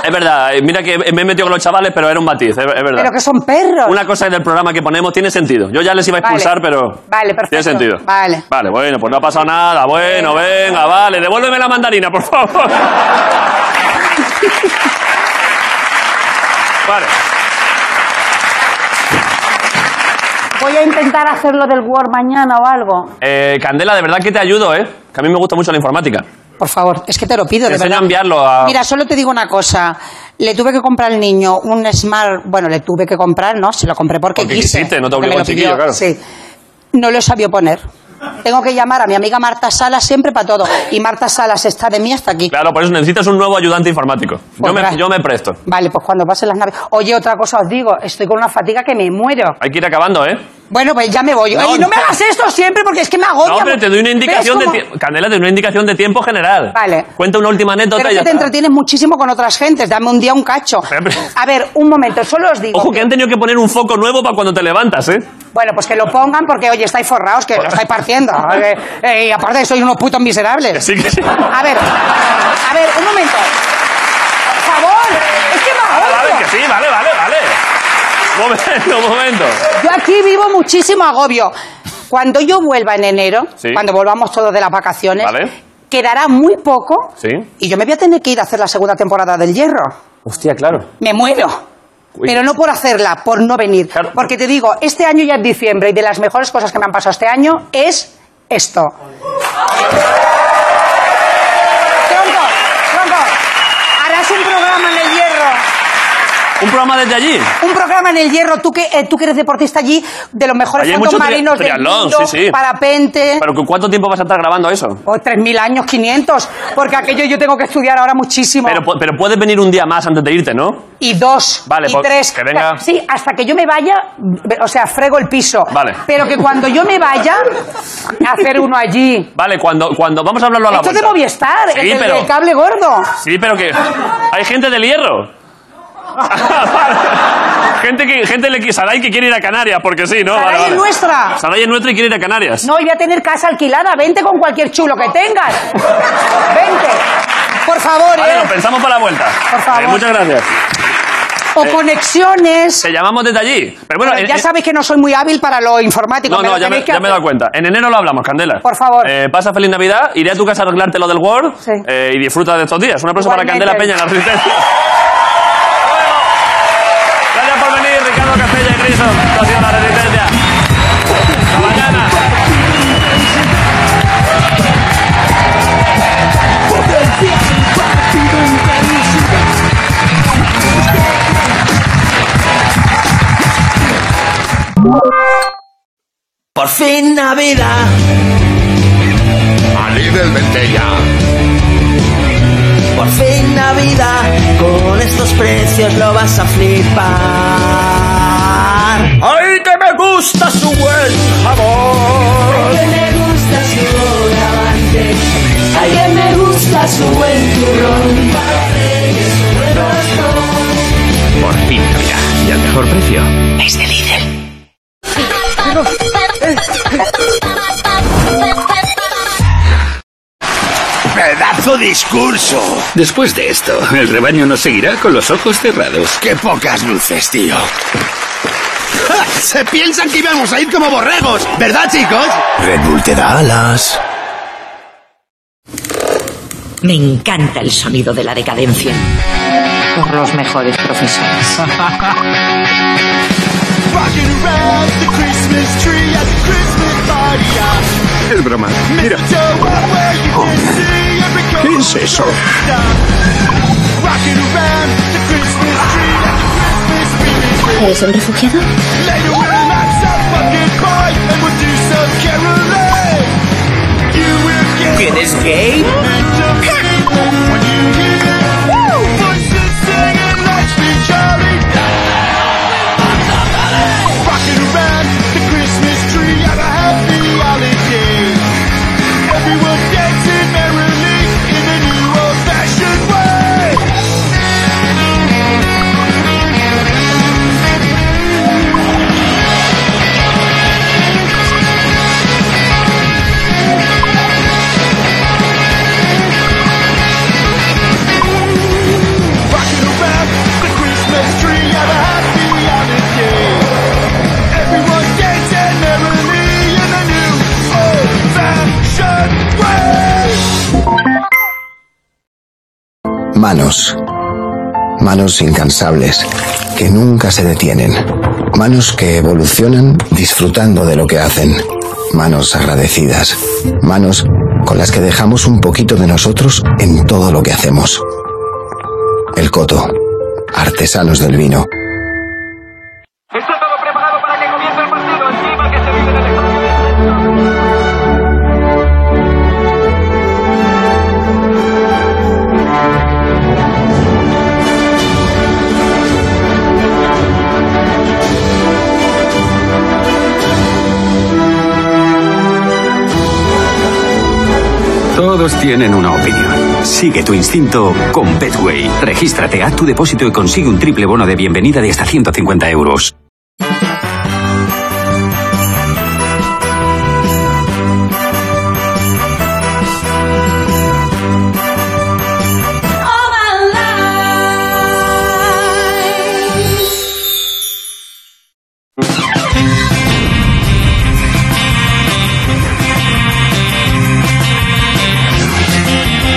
Speaker 1: Es verdad, eh, mira que me he metido con los chavales, pero era un matiz, es, es verdad.
Speaker 7: Pero que son perros.
Speaker 1: Una cosa del programa que ponemos tiene sentido. Yo ya les iba a expulsar,
Speaker 7: Vale.
Speaker 1: pero.
Speaker 7: Vale, perfecto.
Speaker 1: Tiene sentido.
Speaker 7: Vale.
Speaker 1: Vale, bueno, pues no ha pasado nada. Bueno, venga, vale. Devuélveme la mandarina, por favor. Vale.
Speaker 7: Voy a intentar hacerlo del Word mañana o algo.
Speaker 1: Eh, Candela, de verdad que te ayudo, ¿eh? Que a mí me gusta mucho la informática.
Speaker 7: Por favor, es que te lo pido, de
Speaker 1: Enseña
Speaker 7: verdad.
Speaker 1: a enviarlo a...
Speaker 7: Mira, solo te digo una cosa. Le tuve que comprar al niño un Smart... Bueno, le tuve que comprar, ¿no? Se lo compré porque,
Speaker 1: Porque
Speaker 7: quise.
Speaker 1: quisiste, no te
Speaker 7: porque me lo
Speaker 1: obligó el chiquillo,
Speaker 7: pidió,
Speaker 1: claro.
Speaker 7: Sí. No lo sabía poner. Tengo que llamar a mi amiga Marta Salas siempre para todo. Y Marta Salas está de mí hasta aquí.
Speaker 1: Claro, por eso necesitas un nuevo ayudante informático. Yo me,
Speaker 7: Ostras.
Speaker 1: yo me presto.
Speaker 7: Vale, pues cuando pasen las naves. Oye, otra cosa os digo, estoy con una fatiga que me muero.
Speaker 1: Hay que ir acabando, ¿eh?
Speaker 7: Bueno, pues ya me voy.
Speaker 1: No.
Speaker 7: Ey, no me hagas esto siempre porque es que me agobia.
Speaker 1: No, pero te doy una
Speaker 7: ¿Ves
Speaker 1: indicación de
Speaker 7: cómo?
Speaker 1: tiempo. Candela, te doy una indicación de tiempo general.
Speaker 7: Vale.
Speaker 1: Cuenta una última anécdota
Speaker 7: Pero
Speaker 1: y
Speaker 7: es
Speaker 1: ya
Speaker 7: que te
Speaker 1: está.
Speaker 7: entretienes muchísimo con otras gentes. Dame un día un cacho. A ver, un momento, solo os digo.
Speaker 1: Ojo que han tenido que poner un foco nuevo para cuando te levantas, ¿eh?
Speaker 7: Bueno, pues que lo pongan porque, oye, estáis forrados, que lo estáis partiendo. Eh, eh, Y aparte, sois unos putos miserables.
Speaker 1: Sí que sí.
Speaker 7: A ver, a ver, un momento. Por favor, es que me
Speaker 1: Vale,
Speaker 7: agobio.
Speaker 1: vale, que sí, vale, vale, vale. Momento, momento.
Speaker 7: Yo aquí vivo muchísimo agobio. Cuando yo vuelva en enero,
Speaker 1: Sí.
Speaker 7: cuando volvamos todos de las vacaciones,
Speaker 1: Vale.
Speaker 7: quedará muy poco
Speaker 1: Sí.
Speaker 7: y yo me voy a tener que ir a hacer la segunda temporada del Hierro.
Speaker 1: Hostia, claro.
Speaker 7: Me muero. Pero no por hacerla, por no venir. Porque te digo, este año ya es diciembre y de las mejores cosas que me han pasado este año es esto. Tronco, tronco, harás un programa en el hierro.
Speaker 1: Un programa desde allí.
Speaker 7: Un programa en el hierro, tú que, eh, tú que eres deportista allí, de los mejores
Speaker 1: Allí hay
Speaker 7: fondos
Speaker 1: mucho tri-
Speaker 7: marinos del
Speaker 1: triatlón,
Speaker 7: mundo,
Speaker 1: sí, sí.
Speaker 7: parapente.
Speaker 1: ¿Pero ¿cu- cuánto tiempo vas a estar grabando eso?
Speaker 7: O 3.000 años, 500, porque aquello yo tengo que estudiar ahora muchísimo.
Speaker 1: Pero, pu- pero puedes venir un día más antes de irte, ¿no?
Speaker 7: y dos,
Speaker 1: Vale,
Speaker 7: y
Speaker 1: pues,
Speaker 7: tres.
Speaker 1: que venga.
Speaker 7: Sí, hasta que yo me vaya, o sea, frego el piso.
Speaker 1: Vale.
Speaker 7: Pero que cuando yo me vaya, hacer uno allí.
Speaker 1: Vale, cuando, cuando vamos a hablarlo a la
Speaker 7: Esto es de
Speaker 1: vuelta.
Speaker 7: Movistar,
Speaker 1: Sí,
Speaker 7: el del
Speaker 1: pero-
Speaker 7: cable gordo.
Speaker 1: Sí, pero que hay gente del hierro. gente que gente le qui- Saray que quiere ir a Canarias porque sí, ¿no?
Speaker 7: Saray es nuestra.
Speaker 1: Saray es nuestra y quiere ir a Canarias.
Speaker 7: No, y voy a tener casa alquilada. Vente con cualquier chulo que tengas. Vente. Por favor,
Speaker 1: Vale,
Speaker 7: ¿eh?
Speaker 1: lo pensamos para la vuelta.
Speaker 7: Por favor.
Speaker 1: Eh, muchas gracias.
Speaker 7: O conexiones.
Speaker 1: Te llamamos desde allí. Pero Eh, bueno,
Speaker 7: Pero
Speaker 1: en-
Speaker 7: ya
Speaker 1: en-
Speaker 7: sabéis que no soy muy hábil para lo informático.
Speaker 1: no,
Speaker 7: me
Speaker 1: no,
Speaker 7: lo
Speaker 1: ya, me,
Speaker 7: tenéis que
Speaker 1: ya me he
Speaker 7: hacer.
Speaker 1: dado cuenta. En enero lo hablamos, Candela.
Speaker 7: Por favor.
Speaker 1: Eh, pasa feliz Navidad, iré a tu casa a arreglarte lo del Word eh, y disfruta de estos días. Un aplauso
Speaker 5: Igualmente.
Speaker 1: para Candela Peña, la resistencia. Gracias por venir, Ricardo Castella y Grison. Esto ha sido la resistencia. Hasta mañana.
Speaker 5: Por fin Navidad.
Speaker 8: A Lidl vente ya.
Speaker 5: Por fin Navidad, con estos precios lo vas a flipar. ¡Ay, que me gusta su buen jabón! ¡Ay, que me gusta su lavante! ¡Ay, que me gusta su buen turrón!
Speaker 8: Por fin Navidad. Y al mejor precio.
Speaker 5: ¡Es de Lidl!
Speaker 8: ¡Pedazo discurso! Después de esto, el rebaño nos seguirá con los ojos cerrados. ¡Qué pocas luces, tío!
Speaker 5: Se piensan que íbamos a ir como borregos, ¿verdad, chicos?
Speaker 8: Red Bull te da alas.
Speaker 25: Me encanta el sonido de la decadencia. Por los mejores profesores.
Speaker 5: Rocking around the Christmas tree at the Christmas party.
Speaker 8: Es broma. Mira. ¿Qué es eso?
Speaker 5: Rocking around the Christmas tree at the Christmas spirit.
Speaker 25: ¿Eres un refugiado?
Speaker 5: Later we'll light some fucking pie and we'll do some caroling. You will get
Speaker 25: ¿Quién es gay?
Speaker 5: when you hear voices singing, lights be jolly. Rocking around the Christmas tree at a happy holiday. Everyone dancing merrily in the new old-fashioned way. Rocking around the Christmas tree at a happy holiday. Everyone dancing merrily in the new old-fashioned way.
Speaker 12: Manos. Manos incansables, que nunca se detienen. Manos que evolucionan disfrutando de lo que hacen. Manos agradecidas. Manos con las que dejamos un poquito de nosotros en todo lo que hacemos. El Coto. Artesanos del vino.
Speaker 17: Todos tienen una opinión. Sigue tu instinto con Betway. Regístrate, haz tu depósito y consigue un triple bono de bienvenida de hasta 150 euros.